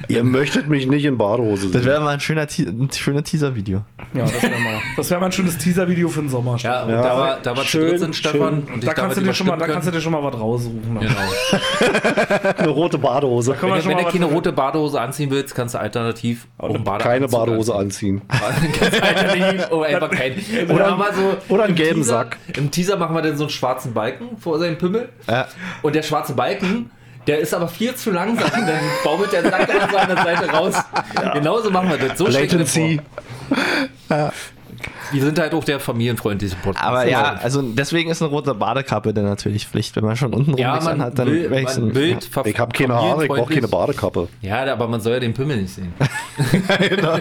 D: Ihr möchtet mich nicht in Badehose
B: Das
D: sehen.
B: wäre mal ein schöner, Te ein schöner Teaser-Video.
A: Ja, das wäre mal, das wär mal ein schönes Teaser-Video für den Sommer.
C: Ja, und
D: Ja,
C: da war, da war
D: schön,
C: zu dritt sind Stefan.
D: schön.
C: Und ich
A: da, kannst du dir schon mal, da
C: überstimmen
A: kannst du dir schon mal was raussuchen.
C: können. Genau.
D: Eine rote Badehose.
A: Können wir
C: Wenn,
A: schon
C: wenn
A: mal
C: du
A: was-
C: keine rote Badehose anziehen willst, kannst du alternativ auch einen
D: Keine
C: Badeanzug
D: Badehose anziehen.
C: anziehen. Kannst du alternativ auch einfach keinen. Oder, mal so
D: oder einen
C: im
D: gelben
C: Teaser,
D: Sack.
C: Im Teaser machen wir dann so einen schwarzen Balken vor seinem Pimmel.
B: Äh,
C: Und der schwarze Balken Der ist aber viel zu langsam, dann baumelt der Sack an seiner Seite raus. Genauso machen wir das. So stecken wir
D: Latency.
C: vor. Wir sind halt auch der familienfreundliche Podcast.
B: Aber ja,
C: Genau.
B: also deswegen ist eine rote Badekappe dann natürlich Pflicht. Wenn man schon unten rum
C: ja,
B: nichts
C: man
B: anhat, dann
C: will,
B: wechseln.
C: man Bild ver-
D: Ich habe keine Haare, ich brauche keine
C: familienfreundlich-
D: Badekappe.
C: Ja, aber man soll ja den Pimmel nicht sehen.
D: genau.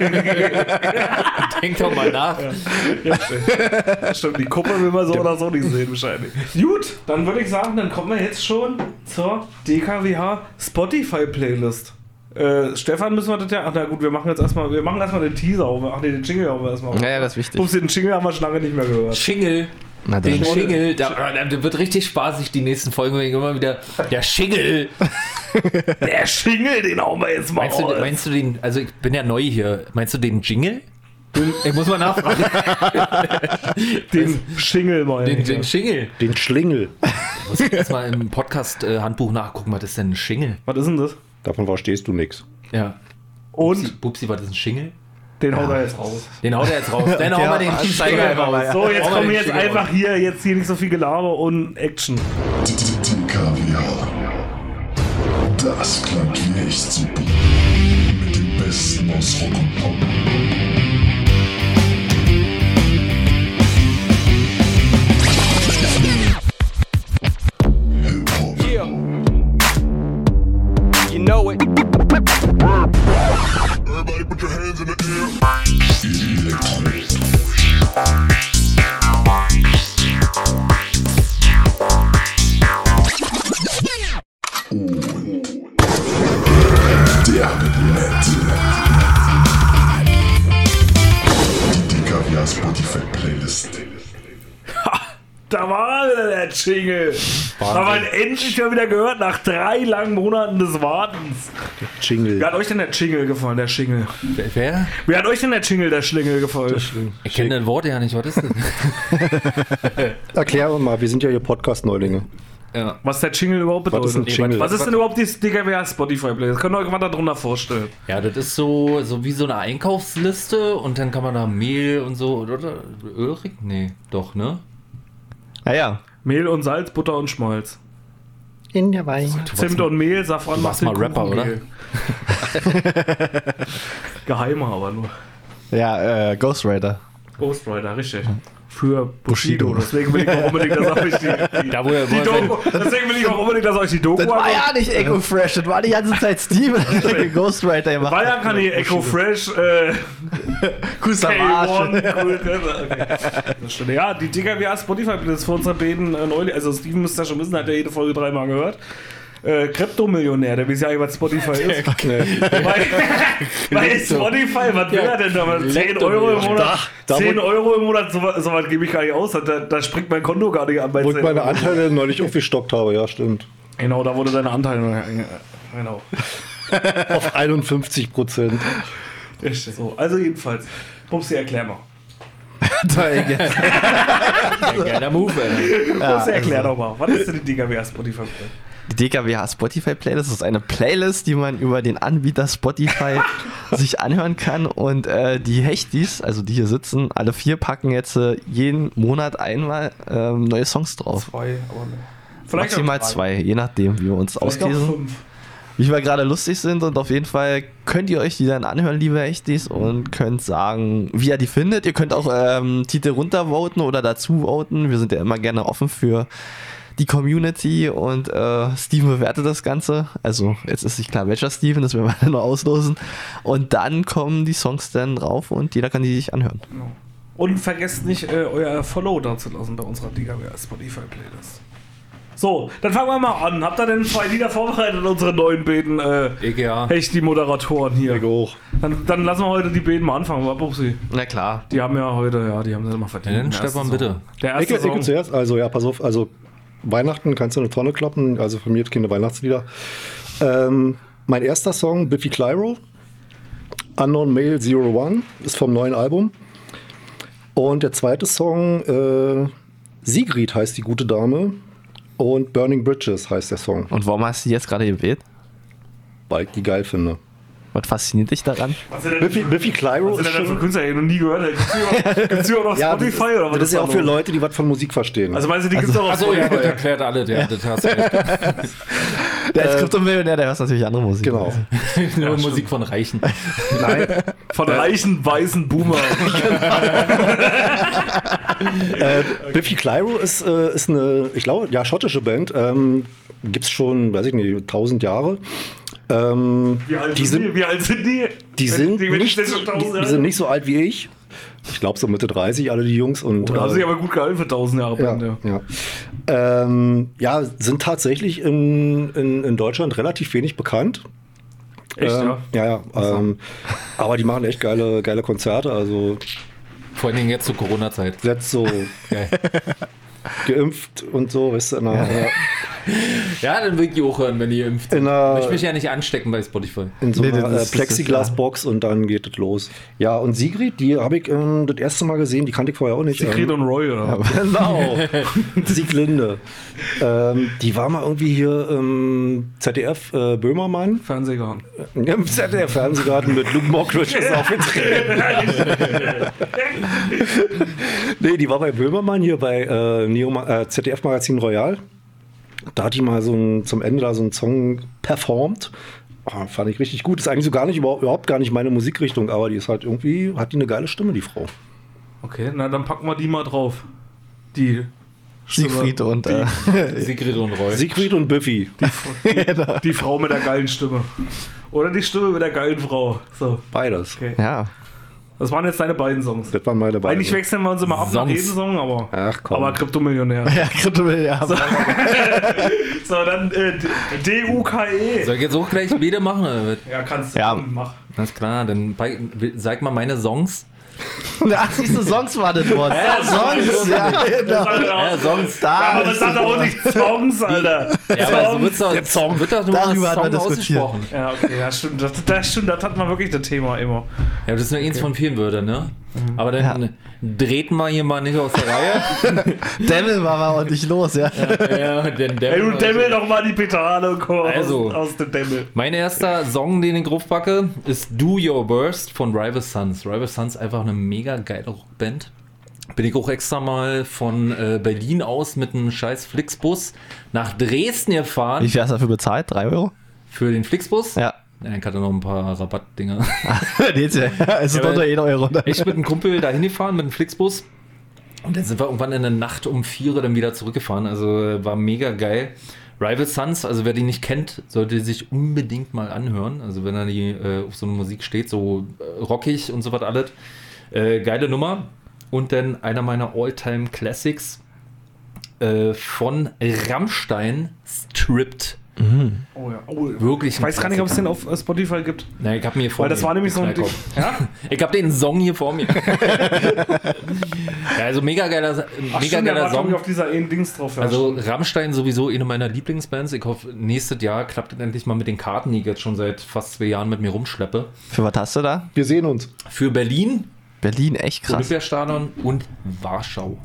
C: Denk doch mal nach.
A: Stimmt, die Kuppe will man so oder so nicht sehen, wahrscheinlich. Gut, dann würde ich sagen, dann kommen wir jetzt schon zur DKWH Spotify Playlist. Äh, Stefan, müssen wir das ja. Ach, na gut, wir machen jetzt erstmal, wir machen erstmal den Teaser auf. Ach nee, den Jingle auf erstmal.
B: Ja, ja, das ist wichtig.
A: Ups, den Jingle haben wir schon lange nicht mehr gehört.
C: Schingel.
B: Na dann.
C: Den Schingel, da, da wird richtig spaßig die nächsten Folgen, wenn ich immer wieder, der Schingel.
A: Der Jingle, den hauen wir jetzt mal
C: Meinst du,
A: raus.
C: meinst du den, also ich bin ja neu hier, meinst du den Jingle? Ich muss mal nachfragen.
A: den Jingle mal.
C: Den, den Schingel.
D: Den Schlingel.
C: Muss ich erst mal im Podcast-Handbuch nachgucken, was ist denn ein Schingel?
A: Was ist denn das?
D: Davon verstehst du nichts.
C: Ja.
A: Und
C: Bubsi, was ist ein Schingel?
A: den hauen wir jetzt raus.
C: Den haut er jetzt raus. Dann hauen wir den Steiger einfach raus.
A: So, jetzt kommen wir
C: Hauen wir den
A: jetzt
C: Jingle
A: einfach
C: raus.
A: hier, jetzt hier nicht so viel Gelaber und Action.
E: DKWH. Das klang hier echt super. Mit dem Besten aus Rock und Pop. Hip-Hop.
F: You know it.
E: Everybody put your hands in the air. Electro. Der Metal. Die DKWA Spotify Playlist.
A: Da war wieder der Jingle. Haben wir ihn endlich mal wieder gehört nach drei langen Monaten des Wartens. Wie
D: Jingle.
A: hat euch denn der Jingle gefallen, der Schingle?
C: Wer?
A: Wie hat euch denn der Jingle, der Schlingel gefallen?
C: Ich kenne das Wort ja nicht, was ist das?
D: Erklär uns mal, wir sind ja hier Podcast-Neulinge.
C: ja.
A: Was der Jingle überhaupt
D: Was ist ein
A: bedeutet?
D: Jingle?
A: Was ist denn überhaupt die DKWH Spotify Playlist? Könnt ihr euch mal darunter vorstellen?
C: ja, das ist so, so wie so eine Einkaufsliste und dann kann man da Mehl und so, oder? oder Ulrich? Nee, doch, ne?
B: Ja, ja.
A: Mehl und Salz, Butter und Schmalz.
B: In der Wein.
C: Du warst
A: Zimt und Mehl, Safran
C: Du
A: macht
C: warst
A: den
C: mal Rapper,
A: Kuchen
C: oder?
A: gel. Geheimer aber nur.
B: Ja, äh, Ghost Rider.
A: Ghost Rider, richtig. Für Bushido. Deswegen will ich auch unbedingt, dass euch die, die,
C: Da, wo er- wo
A: die
C: er-
A: Doku, deswegen will ich auch unbedingt, dass euch die Doku
B: Das war
A: anguckt.
B: ja nicht Echo Fresh, das war die ganze Zeit Steven, der Ghost Rider gemacht
A: Weil
B: hat.
A: dann kann ich Echo Fresh, äh,
B: Kuss am Arsch.
A: K1, cool, okay. Das stimmt. Ja, die DKWA Spotify-Playlist für uns erbeten, äh, neulich, also Steven müsst ihr schon wissen, hat ja jede Folge dreimal gehört. Äh, Kryptomillionär, der weiß ja eigentlich, was Spotify ist. weil, weil Spotify, was will er denn damit? 10 Euro im Monat?
D: da
A: 10
D: wurde-
A: Euro im Monat, so, was- so was gebe ich gar nicht aus. Da, da springt mein Konto gar nicht an bei
D: Wo ich
A: 10
D: meine
A: Euro.
D: Anteile neulich aufgestockt habe, ja, stimmt.
A: Genau, da wurde deine Anteile. Genau.
D: Auf 51 Prozent.
A: So, also jedenfalls. Pupsi, erklär mal.
C: Geiler Move, ey.
D: also.
A: Pupsi, erklär doch mal. Was ist denn die DKWA Spotify?
B: Die DKWH Spotify Playlist ist eine Playlist, die man über den Anbieter Spotify sich anhören kann. Und äh, die Hechtis, also die hier sitzen, alle vier packen jetzt äh, jeden Monat einmal ähm, neue Songs drauf.
D: ne.
A: Vielleicht auch
B: Maximal
A: drei.
B: zwei, je nachdem, wie wir uns
A: Vielleicht auch
B: auslesen.
A: fünf.
B: Wie wir gerade lustig sind und auf jeden Fall könnt ihr euch die dann anhören, liebe Hechtis, und könnt sagen, wie ihr die findet. Ihr könnt auch ähm, Titel runtervoten oder dazu voten. Wir sind ja immer gerne offen für die Community und äh, Steven bewertet das Ganze. Also jetzt ist nicht klar, welcher Steven, das werden wir dann noch auslosen. Und dann kommen die Songs dann drauf und jeder kann die sich anhören.
A: Und vergesst nicht, äh, euer Follow da zu lassen bei unserer DKWA Spotify Playlist. So, dann fangen wir mal an. Habt ihr denn zwei Lieder vorbereitet, unsere neuen Beten? Äh,
C: Ich ja.
A: echt die Moderatoren
D: Ich
A: hier.
D: auch.
A: Dann, dann lassen wir heute die Beten mal anfangen, wa, Pupsi?
B: Na klar.
A: Die haben ja heute, ja, die haben das immer verdient.
C: Ja,
A: Der
C: dann
A: erste
C: Stefan,
A: Song.
C: bitte.
A: Der
D: Ich,
A: erste
D: ich
A: Song.
D: zuerst, also ja, pass auf, also Weihnachten kannst du in eine Tonne kloppen, also von mir keine Weihnachtslieder. Ähm, mein erster Song, Biffy Clyro, Unknown Male Zero One, ist vom neuen Album. Und der zweite Song, äh, Sigrid heißt die gute Dame und Burning Bridges heißt der Song,
B: Und warum hast du die jetzt gerade gewählt?
D: weil ich die geil finde.
B: Was fasziniert dich daran?
A: Was sind denn,
D: Biffy, Biffy Clyro
A: was
D: ist
A: sind denn für
D: schon...
A: Künstler, die ich noch nie gehört habe? Gibt's die überhaupt- Gibt's die überhaupt auf
D: Ja, das,
A: Spotify? oder was Also
D: das ist ja
A: da
D: auch für
A: los?
D: Leute, die was von Musik verstehen.
A: Also meinst du, die gibt's doch auf
C: Achso, ja,
A: Spotify?
C: das erklärt alle, der, das hast du recht.
B: Der ist Kryptomillionär, der hört natürlich andere Musik.
D: Genau.
C: Nur Musik von Reichen.
D: Nein,
A: Von reichen, weißen Boomer.
D: äh, Biffy Clyro ist, äh, ist eine, ich glaube, ja, schottische Band. Ähm, Gibt es schon, weiß ich nicht, 1000 Jahre. Ähm,
A: Wie alt
D: die
A: sind
D: sind
A: die? Wie alt sind die?
D: Die sind,
A: die,
D: nicht,
A: die,
D: so- die, die sind nicht so alt wie ich. Ich glaube so Mitte 30, alle die Jungs. Und,
A: Oh, Da haben sie
D: äh,
A: aber gut gehalten für 1000 Jahre Band, ja.
D: ja, ja. Ähm, ja, sind tatsächlich in, in, in Deutschland relativ wenig bekannt.
A: Echt,
D: ähm,
A: ja.
D: Ja, ja. Ähm, aber die machen echt geile, geile Konzerte. Also
C: Vor allen Dingen jetzt zur Corona-Zeit.
D: selbst so
C: Geil.
D: geimpft und so, weißt du, in einer,
C: Ja, dann will ich die auch hören, wenn die impft sind.
D: In einer-
C: Möchte mich ja nicht anstecken bei Spotify.
D: in so
B: Nee,
D: einer
B: das
D: äh,
B: ist-
D: Plexiglasbox und dann geht es los. Ja, und Sigrid, die habe ich ähm, das erste Mal gesehen, die kannte ich vorher auch nicht.
A: Secret
D: ähm,
A: und Roy, oder?
D: Genau. Sieglinde. Ähm, die war mal irgendwie hier im ZDF äh, Böhmermann.
A: Fernsehgarn.
D: Im ZDF-Fernsehgarten mit Luke Mockridge ist aufgetreten. nee, die war bei Böhmermann hier bei äh, Neo Ma- äh, ZDF-Magazin Royal. Da hat die mal so ein, zum Ende da so einen Song performt. Oh, fand ich richtig gut. Ist eigentlich so gar nicht, überhaupt überhaupt gar nicht meine Musikrichtung, aber die ist halt irgendwie, hat die eine geile Stimme, die Frau.
A: Okay, na dann packen wir die mal drauf. Die.
B: Siegfried und äh,
C: Sigrid und Roy.
D: Siegfried und Biffy.
A: Die Frau mit der geilen Stimme. Oder die Stimme mit der geilen Frau. So,
D: Beides.
A: okay.
B: ja.
A: Das waren jetzt deine beiden Songs.
D: Das waren meine beiden.
A: Eigentlich wechseln wir uns immer ab nach
C: Songs.
A: jedem Song, aber.
D: Ach, komm.
A: Aber Kryptomillionär.
B: Ja, Kryptomillionär.
A: So, dann äh, D- DUKE.
C: Soll ich jetzt auch gleich Bede machen? oder was?
A: Ja, kannst du.
B: Ja.
A: Mach.
C: Alles klar, dann bei- sag mal meine Songs.
B: Ach, siehst du, sonst war das Wort. Ja, sonst, ja,
A: Das
B: genau.
A: sagt er auch.
C: Songs.
A: Aber
B: Da
A: das
B: ist
A: sagt er auch nicht Songs, Alter.
C: Ja, aber so wird's doch, der Song. wird doch nur
B: Darüber
C: als
B: hat man
C: Song
B: diskutiert.
C: ausgesprochen.
A: Ja, okay, das stimmt. Das, das stimmt, das hat man wirklich das Thema immer.
C: Ja, das ist nur eins von vielen Wörtern, ne? Aber dann dreht man hier mal nicht aus der Reihe.
B: Devil war mal ordentlich los, ja.
C: ja, also- denn der
A: Ey, du Demmel doch mal die Pedale komm,
C: Also.
A: aus, aus dem Demmel.
C: Mein erster Song, den ich draufpacke, ist Do Your Worst von Rival Sons. Rival Sons einfach eine mega geile Rockband. Bin ich auch extra mal von äh, Berlin aus mit einem scheiß Flixbus nach Dresden
B: Wie
C: gefahren.
B: viel hast du dafür bezahlt? 3 Euro?
C: Für den Flixbus.
B: Ja.
C: Ja, ich hatte noch ein paar Rabattdinger.
B: Nee, ist ja- es ist
C: Ja,
B: unter
C: weil-
B: 1 Euro. ne?
C: Ich bin mit einem Kumpel dahin gefahren mit einem Flixbus. Und dann sind wir irgendwann in der Nacht um vier Uhr dann wieder zurückgefahren. Also äh, war mega geil. Rival Sons, also wer die nicht kennt, sollte sich unbedingt mal anhören. Also wenn er die äh, auf so eine Musik steht, so äh, rockig und so was alles. Äh, geile Nummer. Und dann einer meiner All-Time Classics äh, von Rammstein Stripped.
A: Oh ja. Oh, ja.
C: Wirklich.
A: ich weiß gar nicht, ob es den auf äh, Spotify gibt.
C: Nein, ich hab mir vor
A: Weil das
C: mir
A: war nämlich so ein
C: geknallt. Ich habe den Song hier vor mir. ja, also mega geiler,
A: Ach,
C: mega
A: stimmt, der
C: geiler
A: war, glaub ich,
C: Song.
A: auf dieser einen Dings drauf. ja,
C: Also
A: stimmt.
C: Rammstein sowieso eine meiner Lieblingsbands. Ich hoffe, nächstes Jahr klappt es endlich mal mit den Karten, die ich jetzt schon seit fast zwei Jahren mit mir rumschleppe.
B: Für was hast du da?
D: Wir sehen uns.
C: Für Berlin,
B: Berlin, echt krass.
C: Olympiastadion und Warschau.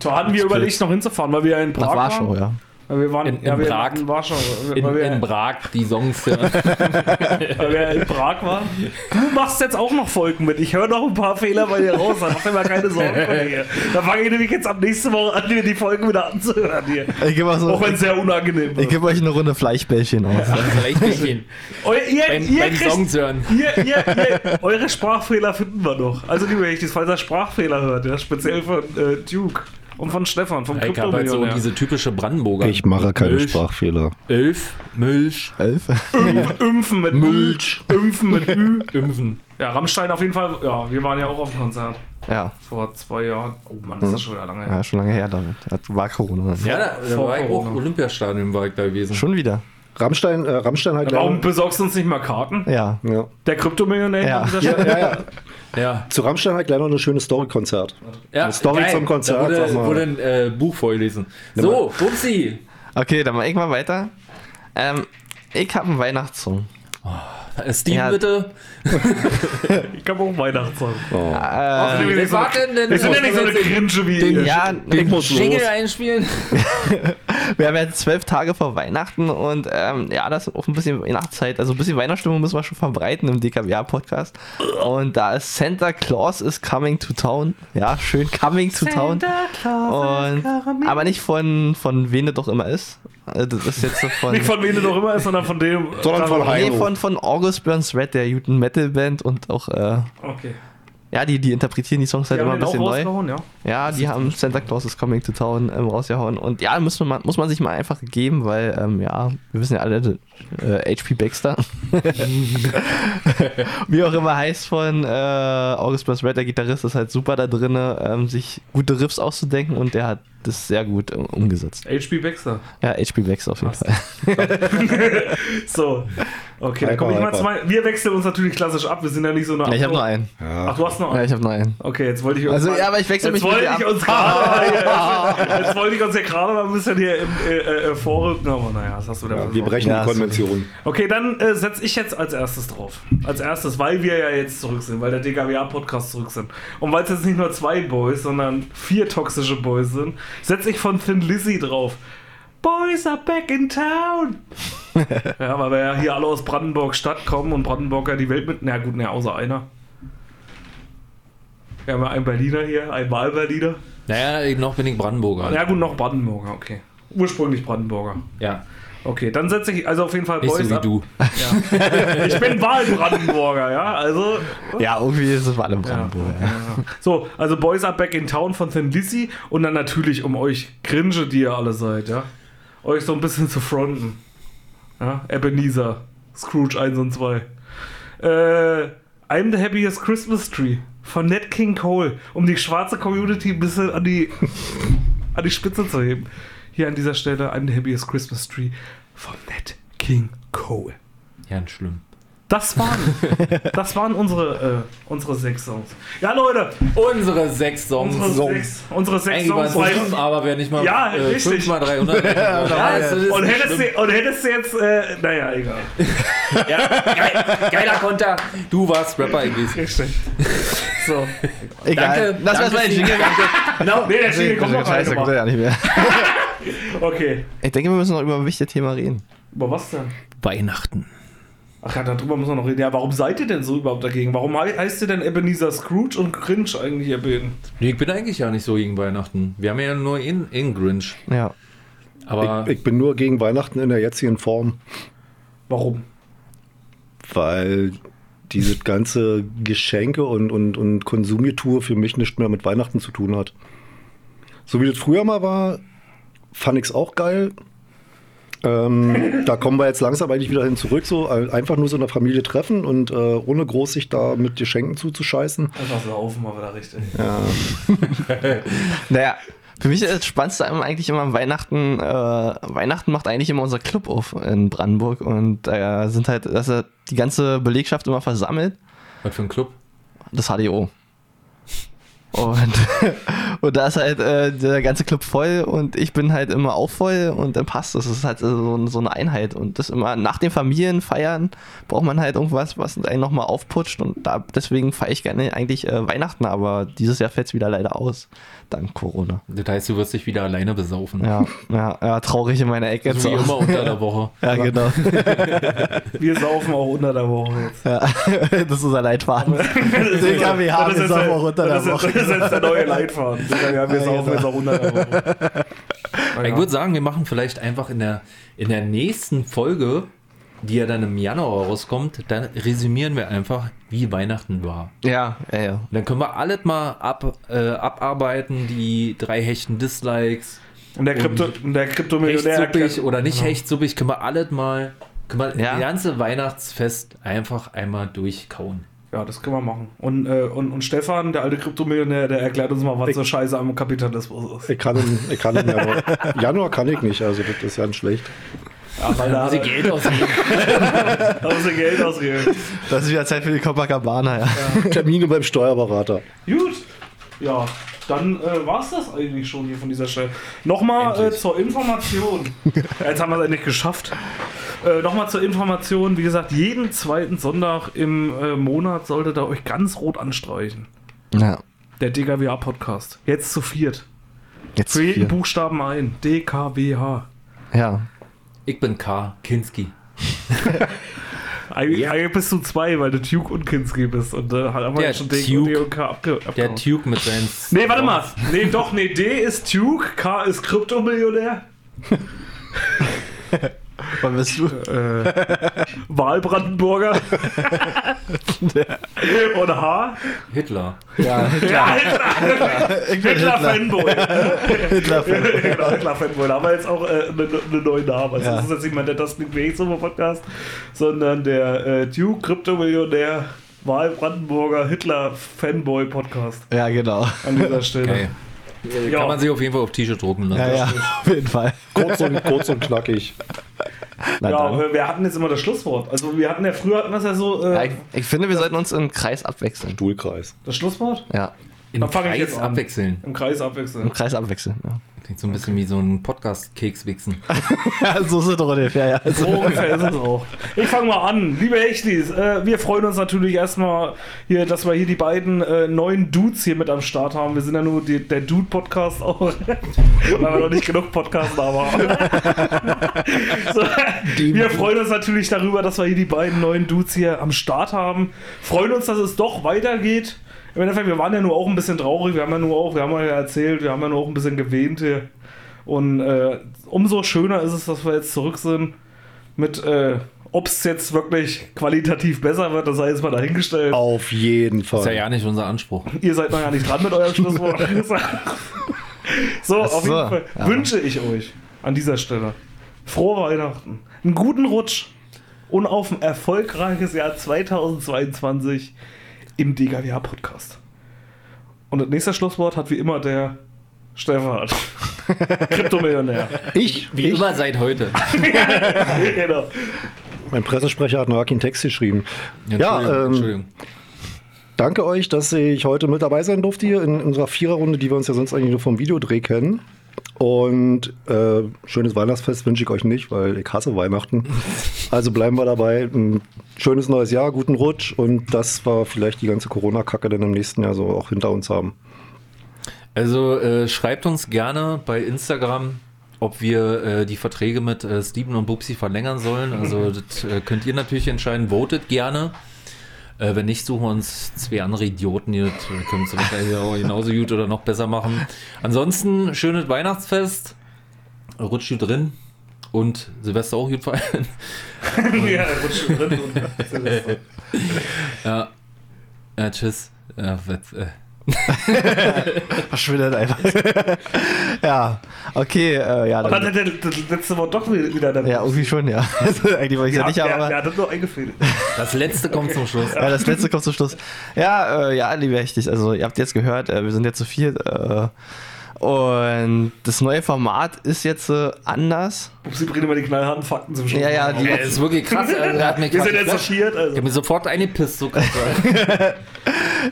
A: da hatten wir überlegt, noch hinzufahren, weil wir ja in Prag
B: Nach Warschau,
A: waren.
B: ja.
A: Weil wir waren
C: In- in
A: ja, wir
C: Prag.
A: in Warschau.
C: In,
A: weil, wir,
C: in Prag, die Songs. ja.
A: weil wir in Prag waren. Du machst jetzt auch noch Folgen mit. Ich höre noch ein paar Fehler bei dir raus. Dann mach dir mal keine Sorgen, Kollege. Da fange ich nämlich jetzt ab nächste Woche an, dir die Folgen wieder anzuhören hier.
B: Ich gebe
A: Auch wenn es
B: so,
A: sehr unangenehm
B: ich
A: ist.
B: geb euch eine Runde Fleischbällchen aus.
C: Also Vielleicht nicht hin.
A: Eu, ihr,
C: Beim,
A: ihr
C: beim
A: kriegt
C: Songs hören.
A: Ihr, ihr, ihr, eure Sprachfehler finden wir noch. Also liebe Hechtis, falls ihr Sprachfehler hört, ja, speziell von äh, Duke und von Stefan, vom
C: Ich habe halt so
A: Kryptomillionär.
C: diese typische Brandenburger.
D: Ich mache keine
C: Milch,
D: Sprachfehler.
C: Elf, Milch,
B: Elf?
A: Impfen mit
C: Milch.
A: Impfen mit Ü.
C: Impfen.
A: Ja, Rammstein auf jeden Fall. Ja, wir waren ja auch auf dem Konzert
B: Ja,
A: vor zwei Jahren. Oh Mann, ist das schon wieder lange her.
B: ja, schon lange her damit. Das war Corona.
C: Ja, da, da
A: vor
C: war ich auch
A: Corona.
C: Olympiastadion war ich da gewesen.
B: Schon wieder.
D: Rammstein, äh, Rammstein hat
A: Warum besorgst du uns nicht mal Karten?
B: Ja.
D: Ja.
A: Der Kryptomillionär
B: Ja.
A: an dieser
D: Ja,
A: Stelle.
D: ja, ja.
C: Ja.
D: Zu Rammstein hat gleich noch eine schöne Story-Konzert.
C: ja
D: Story zum Konzert,
C: Da
D: sag
C: wurde,
D: mal.
C: wurde ein äh, Buch vorgelesen. So, Upsi.
B: Okay, dann mal irgendwann weiter. Ähm, ich habe einen Weihnachtssong.
C: Äh, Steam
B: Ja.
C: bitte.
A: Ich kann auch Weihnachtssong.
B: Äh,
A: wir sind,
C: warte, denn-
A: wir sind ja nicht so eine Cringe wie ihr.
B: ja, ich muss
C: Jingle einspielen.
B: Wir haben jetzt zwölf Tage vor Weihnachten und ähm, ja, das ist auch ein bisschen Weihnachtszeit. Also ein bisschen Weihnachtsstimmung müssen wir schon verbreiten im DKWA-Podcast. Und da ist Santa Claus is coming to town. Ja, schön coming to town. Und, aber nicht von, von wem das doch immer ist. Äh, Das ist jetzt so von.
A: Nicht von wem du doch immer ist, sondern von dem.
D: Sondern von Heino.
B: Nee, von, von August Burns Red, der Juten Metal Band und auch, äh,
A: Okay.
B: ja, die, die interpretieren die Songs halt
A: Die
B: immer
A: haben
B: ein
A: den auch
B: bisschen neu.
A: rausgehauen, ja.
B: Ja, die haben Santa Claus is Coming to Town ähm, rausgehauen. Und ja, muss man, muss man sich mal einfach geben, weil, ähm, ja, wir wissen ja alle, äh, HP Baxter. Wie auch immer heißt von äh, August Burns Red, der Gitarrist, ist halt super da drin, ähm, sich gute Riffs auszudenken und der hat das sehr gut ähm, umgesetzt.
A: H.P. Baxter.
B: Ja, HP Baxter auf jeden
A: Passt.
B: Fall.
A: So. Okay, dann komm ich mal
D: Hyper,
A: zu meinem. Wir wechseln uns natürlich klassisch ab. Wir sind ja nicht so eine.
B: Ja, ich habe noch einen.
A: Ach, du hast noch
B: Ja,
A: einen.
B: ich habe noch einen.
A: Okay, jetzt wollte ich uns.
B: Also,
A: mal-
B: ja, aber ich wechsle
A: jetzt
B: mich mit
A: wollte
B: dir
A: ich
B: ab.
A: uns gerade. jetzt wollte ich uns ja gerade mal ein bisschen hier im, äh, äh, vorrücken. Aber naja, das hast du da
D: Ja,
A: versucht.
D: wir brechen
B: Ja,
D: die Konvention.
A: Okay, dann äh, setze ich jetzt als erstes drauf. Als erstes, weil wir ja jetzt zurück sind, weil der DKWA-Podcast zurück sind. Und weil es jetzt nicht nur zwei Boys, sondern vier toxische Boys sind, setze ich von Thin Lizzy drauf. Boys are back in town! ja, weil wir ja hier alle aus Brandenburg Stadt kommen und Brandenburger die Welt mit. Na gut, na, außer einer. Wir haben ja einen Berliner hier, einen Wahlberliner.
C: Naja, noch bin ich Brandenburger.
A: Ja gut, noch Brandenburger, okay. Ursprünglich Brandenburger.
C: Ja.
A: Okay, dann setze ich also auf jeden Fall
C: Nicht so
A: Boys
C: wie
A: ab.
C: du.
A: Ja. Ich bin Wahlbrandenburger, ja. Also.
B: Ja, irgendwie ist es vor allem
A: Ja.
B: Brandenburg.
A: Ja. So, also Boys Are Back in Town von Thin Lizzy und dann natürlich um euch cringe, die ihr alle seid, ja. Euch so ein bisschen zu fronten. Ja? Ebenezer, Scrooge 1 und 2. Äh, I'm the happiest Christmas Tree von Nat King Cole, um die schwarze Community ein bisschen an die, an die Spitze zu heben. Hier an dieser Stelle, I'm the happiest Christmas Tree von Nat King Cole.
C: Ja, schlimm.
A: Das waren, das waren unsere, äh, unsere sechs Songs. Ja, Leute,
C: Unsere sechs Songs.
A: unsere
D: Songs.
A: sechs, unsere sechs
C: Eigentlich waren
A: Songs.
C: es
A: weil-
C: fünf, aber wer nicht mal äh,
A: Ja, richtig.
C: fünf mal 300. ja, das ist
A: und,
C: nicht
A: hättest
C: schlimm.
A: du, und hättest du jetzt, äh, naja, egal.
C: ja, geil, geiler Konter. Du warst Rapper irgendwie.
A: Richtig. So.
B: Egal.
C: Danke,
B: Lass
C: danke,
B: mal den Jingle.
A: No, nee, der Jingle kommt noch rein.
B: Scheiße, kommt er
A: nochmal.
B: ja nicht mehr.
A: Okay.
B: Ich denke, wir müssen noch über ein wichtiges Thema reden.
A: Über was denn?
C: Weihnachten.
A: Ach ja, darüber müssen wir noch reden. Ja, warum seid ihr denn so überhaupt dagegen? Warum hei- heißt ihr denn Ebenezer Scrooge und Grinch eigentlich, ihr Beten?
C: Nee, ich bin eigentlich ja nicht so gegen Weihnachten. Wir haben ja nur in, in Grinch.
B: Ja.
C: Aber
D: Ich bin nur gegen Weihnachten in der jetzigen Form,
A: Warum?
D: weil dieses ganze Geschenke und, und, und Konsumetour für mich nichts mehr mit Weihnachten zu tun hat. So wie das früher mal war, fand ich es auch geil. Ähm, da kommen wir jetzt langsam eigentlich wieder hin zurück, so äh, einfach nur so in der Familie treffen und äh, ohne groß sich da mit Geschenken zuzuscheißen.
A: Einfach laufen, aber da richtig.
B: Naja. Für mich ist das Spannendste am- eigentlich immer am Weihnachten. Äh, Weihnachten macht eigentlich immer unser Club auf in Brandenburg und äh, sind halt, dass er die ganze Belegschaft immer versammelt.
C: was für ein Club?
B: Das HDO. Und, und da ist halt äh, der ganze Club voll und ich bin halt immer auch voll und dann passt es. Es ist halt so, so eine Einheit. Und das immer nach den Familienfeiern braucht man halt irgendwas, was einen nochmal aufputscht. Und da, deswegen feiere ich gerne eigentlich äh, Weihnachten, aber dieses Jahr fällt es wieder leider aus. Dank Corona.
C: Das heißt, du wirst dich wieder alleine besaufen.
B: Ja, ja, ja traurig in meiner Ecke.
A: Also
C: So wie
B: zu-
C: immer unter der Woche.
B: Ja, genau.
A: Wir saufen auch unter der Woche jetzt.
B: Ja, das ist unser Leitfaden. DKWH,
A: Das
B: wir
A: ist
B: saufen
A: jetzt-
B: auch unter der
A: das ist-
B: Woche.
A: Das ist jetzt der neue Leitfaden. Ja, wir saufen jetzt auch unter der Woche.
C: Aber Ich würde sagen, wir machen vielleicht einfach in der, in der nächsten Folge, die ja dann im Januar rauskommt, dann resümieren wir einfach, wie Weihnachten war.
B: Ja, ja, ja.
C: Und dann können wir alles mal ab, äh, abarbeiten, die drei hechten Dislikes,
A: Und der, Krypto, und der Kryptomillionär erklärt- Genau.
C: hechtsuppig oder nicht hechtsuppig, können wir alles mal, können wir
B: Ja.
C: das ganze Weihnachtsfest einfach einmal durchkauen.
A: Ja, das können wir machen. Und, äh, und, und Stefan, der alte Kryptomillionär, der erklärt uns mal, was so scheiße am Kapitalismus ist.
D: Ich kann, im- ich kann im Januar. Januar kann ich nicht, also das ist ganz schlecht.
A: Ja, weil
C: Da
A: da
C: muss ich Geld ausgeben.
A: da muss ich Geld ausgeben.
B: Das ist wieder Zeit für die Copacabana, ja.
D: Termine beim Steuerberater.
A: Gut. Ja, dann äh, war es das eigentlich schon hier von dieser Stelle. Nochmal äh,
C: Endlich.
A: zur Information. Ja, Jetzt haben wir es endlich geschafft. Äh, Nochmal zur Information. Wie gesagt, jeden zweiten Sonntag im äh, Monat solltet ihr euch ganz rot anstreichen.
B: ja.
A: Der DKWH-Podcast. Jetzt zu viert.
B: Jetzt
A: Für jeden
B: vier.
A: Buchstaben ein. DKWH.
B: Ja.
C: Ich bin K. Kinski.
A: Eigentlich, eigentlich bist du zwei, weil du Duke und Kinski bist. Und äh, haben wir
C: Der
A: jetzt schon D
C: Duke.
A: und D und K abge abgehauen.
C: Der Duke mit seinen.
A: Genau. Nee, warte mal. Nee, doch, nee, D ist Duke, K ist Kryptomillionär.
B: Wann bist du?
A: Äh, Wahlbrandenburger. Und H.
C: Hitler.
A: Ja, Hitler.
B: Ich bin
A: Hitler-Fanboy.
B: Hitler.
A: genau, Hitler-Fanboy. Da haben wir jetzt auch äh, einen einen neuen Namen. Also
B: Ja.
A: Das ist jetzt nicht mehr der Das klingt wie ich so Podcast, sondern der äh, Duke Kryptomillionär Wahlbrandenburger Hitler-Fanboy-Podcast
B: Ja, genau.
A: an dieser Stelle.
C: Okay.
A: Ja.
C: Kann man sich auf jeden Fall auf T-Shirt drucken ne? lassen.
B: Ja, ja, auf jeden Fall.
D: Kurz und, kurz und knackig.
B: Na
A: Ja,
B: dann.
A: aber wir hatten jetzt immer das Schlusswort. Also wir hatten ja früher hatten wir es ja so äh,
B: Ja, ich, ich finde, wir sollten uns im Kreis abwechseln.
D: Stuhlkreis.
A: das Schlusswort
B: Ja,
C: Im
A: Dann fang ich
C: Kreis
A: jetzt an.
C: abwechseln.
A: im Kreis
B: im
A: abwechseln.
B: Kreis abwechseln. Ja,
C: Klingt so ein bisschen wie so ein Podcast-Keks wichsen.
B: ja so sind doch ungefähr, ja.
A: So ungefähr ist es auch. Ich fange mal an. Liebe Echtis, äh, wir freuen uns natürlich erstmal hier, dass wir hier die beiden äh, neuen Dudes hier mit am Start haben. Wir sind ja nur die, der Dude-Podcast auch. Weil wir noch nicht genug Podcasts da haben. so, wir freuen uns natürlich darüber, dass wir hier die beiden neuen Dudes hier am Start haben. Freuen uns, dass es doch weitergeht. Im Endeffekt, wir waren ja nur auch ein bisschen traurig, wir haben ja nur auch, wir haben ja erzählt, wir haben ja nur auch ein bisschen gewähnt hier. Und äh, umso schöner ist es, dass wir jetzt zurück sind mit, äh, ob es jetzt wirklich qualitativ besser wird, das sei jetzt mal dahingestellt.
D: Auf jeden Fall.
C: Ist ja ja nicht unser Anspruch.
A: Ihr seid noch ja nicht dran mit eurem Schlusswort. so, auf
B: so,
A: jeden Fall
B: ja.
A: wünsche ich euch an dieser Stelle frohe Weihnachten, einen guten Rutsch und auf ein erfolgreiches Jahr 2022 im DGWH-Podcast. Und das nächste Schlusswort hat wie immer der Stefan. Kryptomillionär.
D: Ich,
C: Wie
D: ich
C: immer seit heute.
A: genau.
D: mein Pressesprecher hat noch einen Text geschrieben. Ja, ähm, danke euch, dass ich heute mit dabei sein durfte hier in unserer Viererrunde, die wir uns ja sonst eigentlich nur vom Videodreh kennen. Und äh, schönes Weihnachtsfest wünsche ich euch nicht, weil ich hasse Weihnachten. Also bleiben wir dabei. Ein schönes neues Jahr, guten Rutsch und das war vielleicht die ganze Corona-Kacke dann im nächsten Jahr so auch hinter uns haben.
C: Also äh, schreibt uns gerne bei Instagram, ob wir äh, die Verträge mit äh, Steven und Bubsi verlängern sollen. Also das äh, könnt ihr natürlich entscheiden. Votet gerne. Äh, wenn nicht, suchen wir uns zwei andere Idioten. Die das, äh, können es wahrscheinlich auch genauso gut oder noch besser machen. Ansonsten schönes Weihnachtsfest. Rutscht gut drin. Und Silvester auch gut feiern.
A: ja, rutsch drin und Silvester.
C: Äh, tschüss. Äh, was, äh.
B: Verschwindet einfach. ja, okay, äh, ja,
A: Dann
B: dann,
A: hat der- das letzte Wort doch wieder der
B: ja, irgendwie schon, ja. Also, Eigentlich wollte ich ja,
A: Ja,
B: nicht,
A: ja,
B: aber.
A: ja, das nur eingefädelt.
C: Das letzte kommt zum Schluss.
B: Ja, das letzte kommt zum Schluss. Ja, äh, ja, liebe Hechtig, also ihr habt jetzt gehört, äh, wir sind jetzt zu viert. Äh, und das neue Format ist jetzt äh, anders.
A: Sie bringen immer die knallharten Fakten zum Schluss.
B: Ja, ja, die-
C: Ey, Das ist wirklich krass. Also, er hat mir
A: Wir
C: gerade
A: sind jetzt
C: geflasht.
A: sortiert,
C: Ich
A: also.
C: habe mir sofort eingepisst, so krass.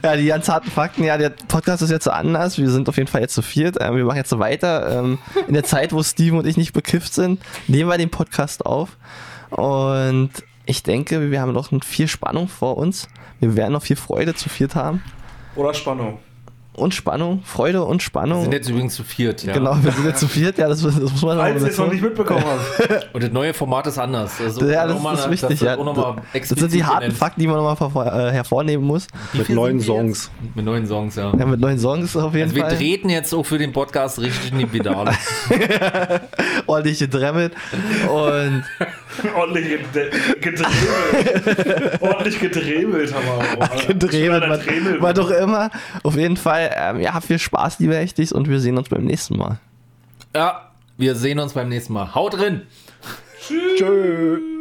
B: Ja, die ganz harten Fakten, ja, der Podcast ist jetzt so anders. Wir sind auf jeden Fall jetzt zu viert. Ähm, wir machen jetzt so weiter. Ähm, in der Zeit, wo Steven und ich nicht bekifft sind, nehmen wir den Podcast auf. Und ich denke, wir haben noch viel Spannung vor uns. Wir werden noch viel Freude zu viert haben.
A: Oder Spannung.
B: Und Spannung, Freude und Spannung.
C: Wir sind jetzt übrigens zu viert, ja.
B: genau, wir sind jetzt zu viert. Ja, das, das muss man
A: Falls ihr es
B: dazu-
A: noch nicht mitbekommen habt.
C: Und das neue Format ist anders. Also
B: ja,
C: auch
B: das
C: mal-
B: ist wichtig.
C: wird
B: ja.
C: auch noch mal
B: Das sind die
C: explizit
B: harten
C: genannt.
B: Fakten, die man nochmal äh, hervornehmen muss.
D: Mit neuen Songs.
C: Mit neuen Songs, ja.
B: Ja, mit neuen Songs auf jeden
C: Also wir
B: Fall.
C: treten jetzt auch für den Podcast richtig in die Pedale.
B: ordentlich gedremmelt. Und
A: Ordentlich ged- gedrebelt. Ordentlich gedrebelt haben wir auch.
B: gedremmelt,
A: Schneller
B: man,
A: Dremel.
B: man doch immer. Auf jeden Fall, ähm, ja, viel Spaß, liebe Echtis, und wir sehen uns beim nächsten Mal.
C: ja, wir sehen uns beim nächsten Mal. Haut drin!
D: Tschö.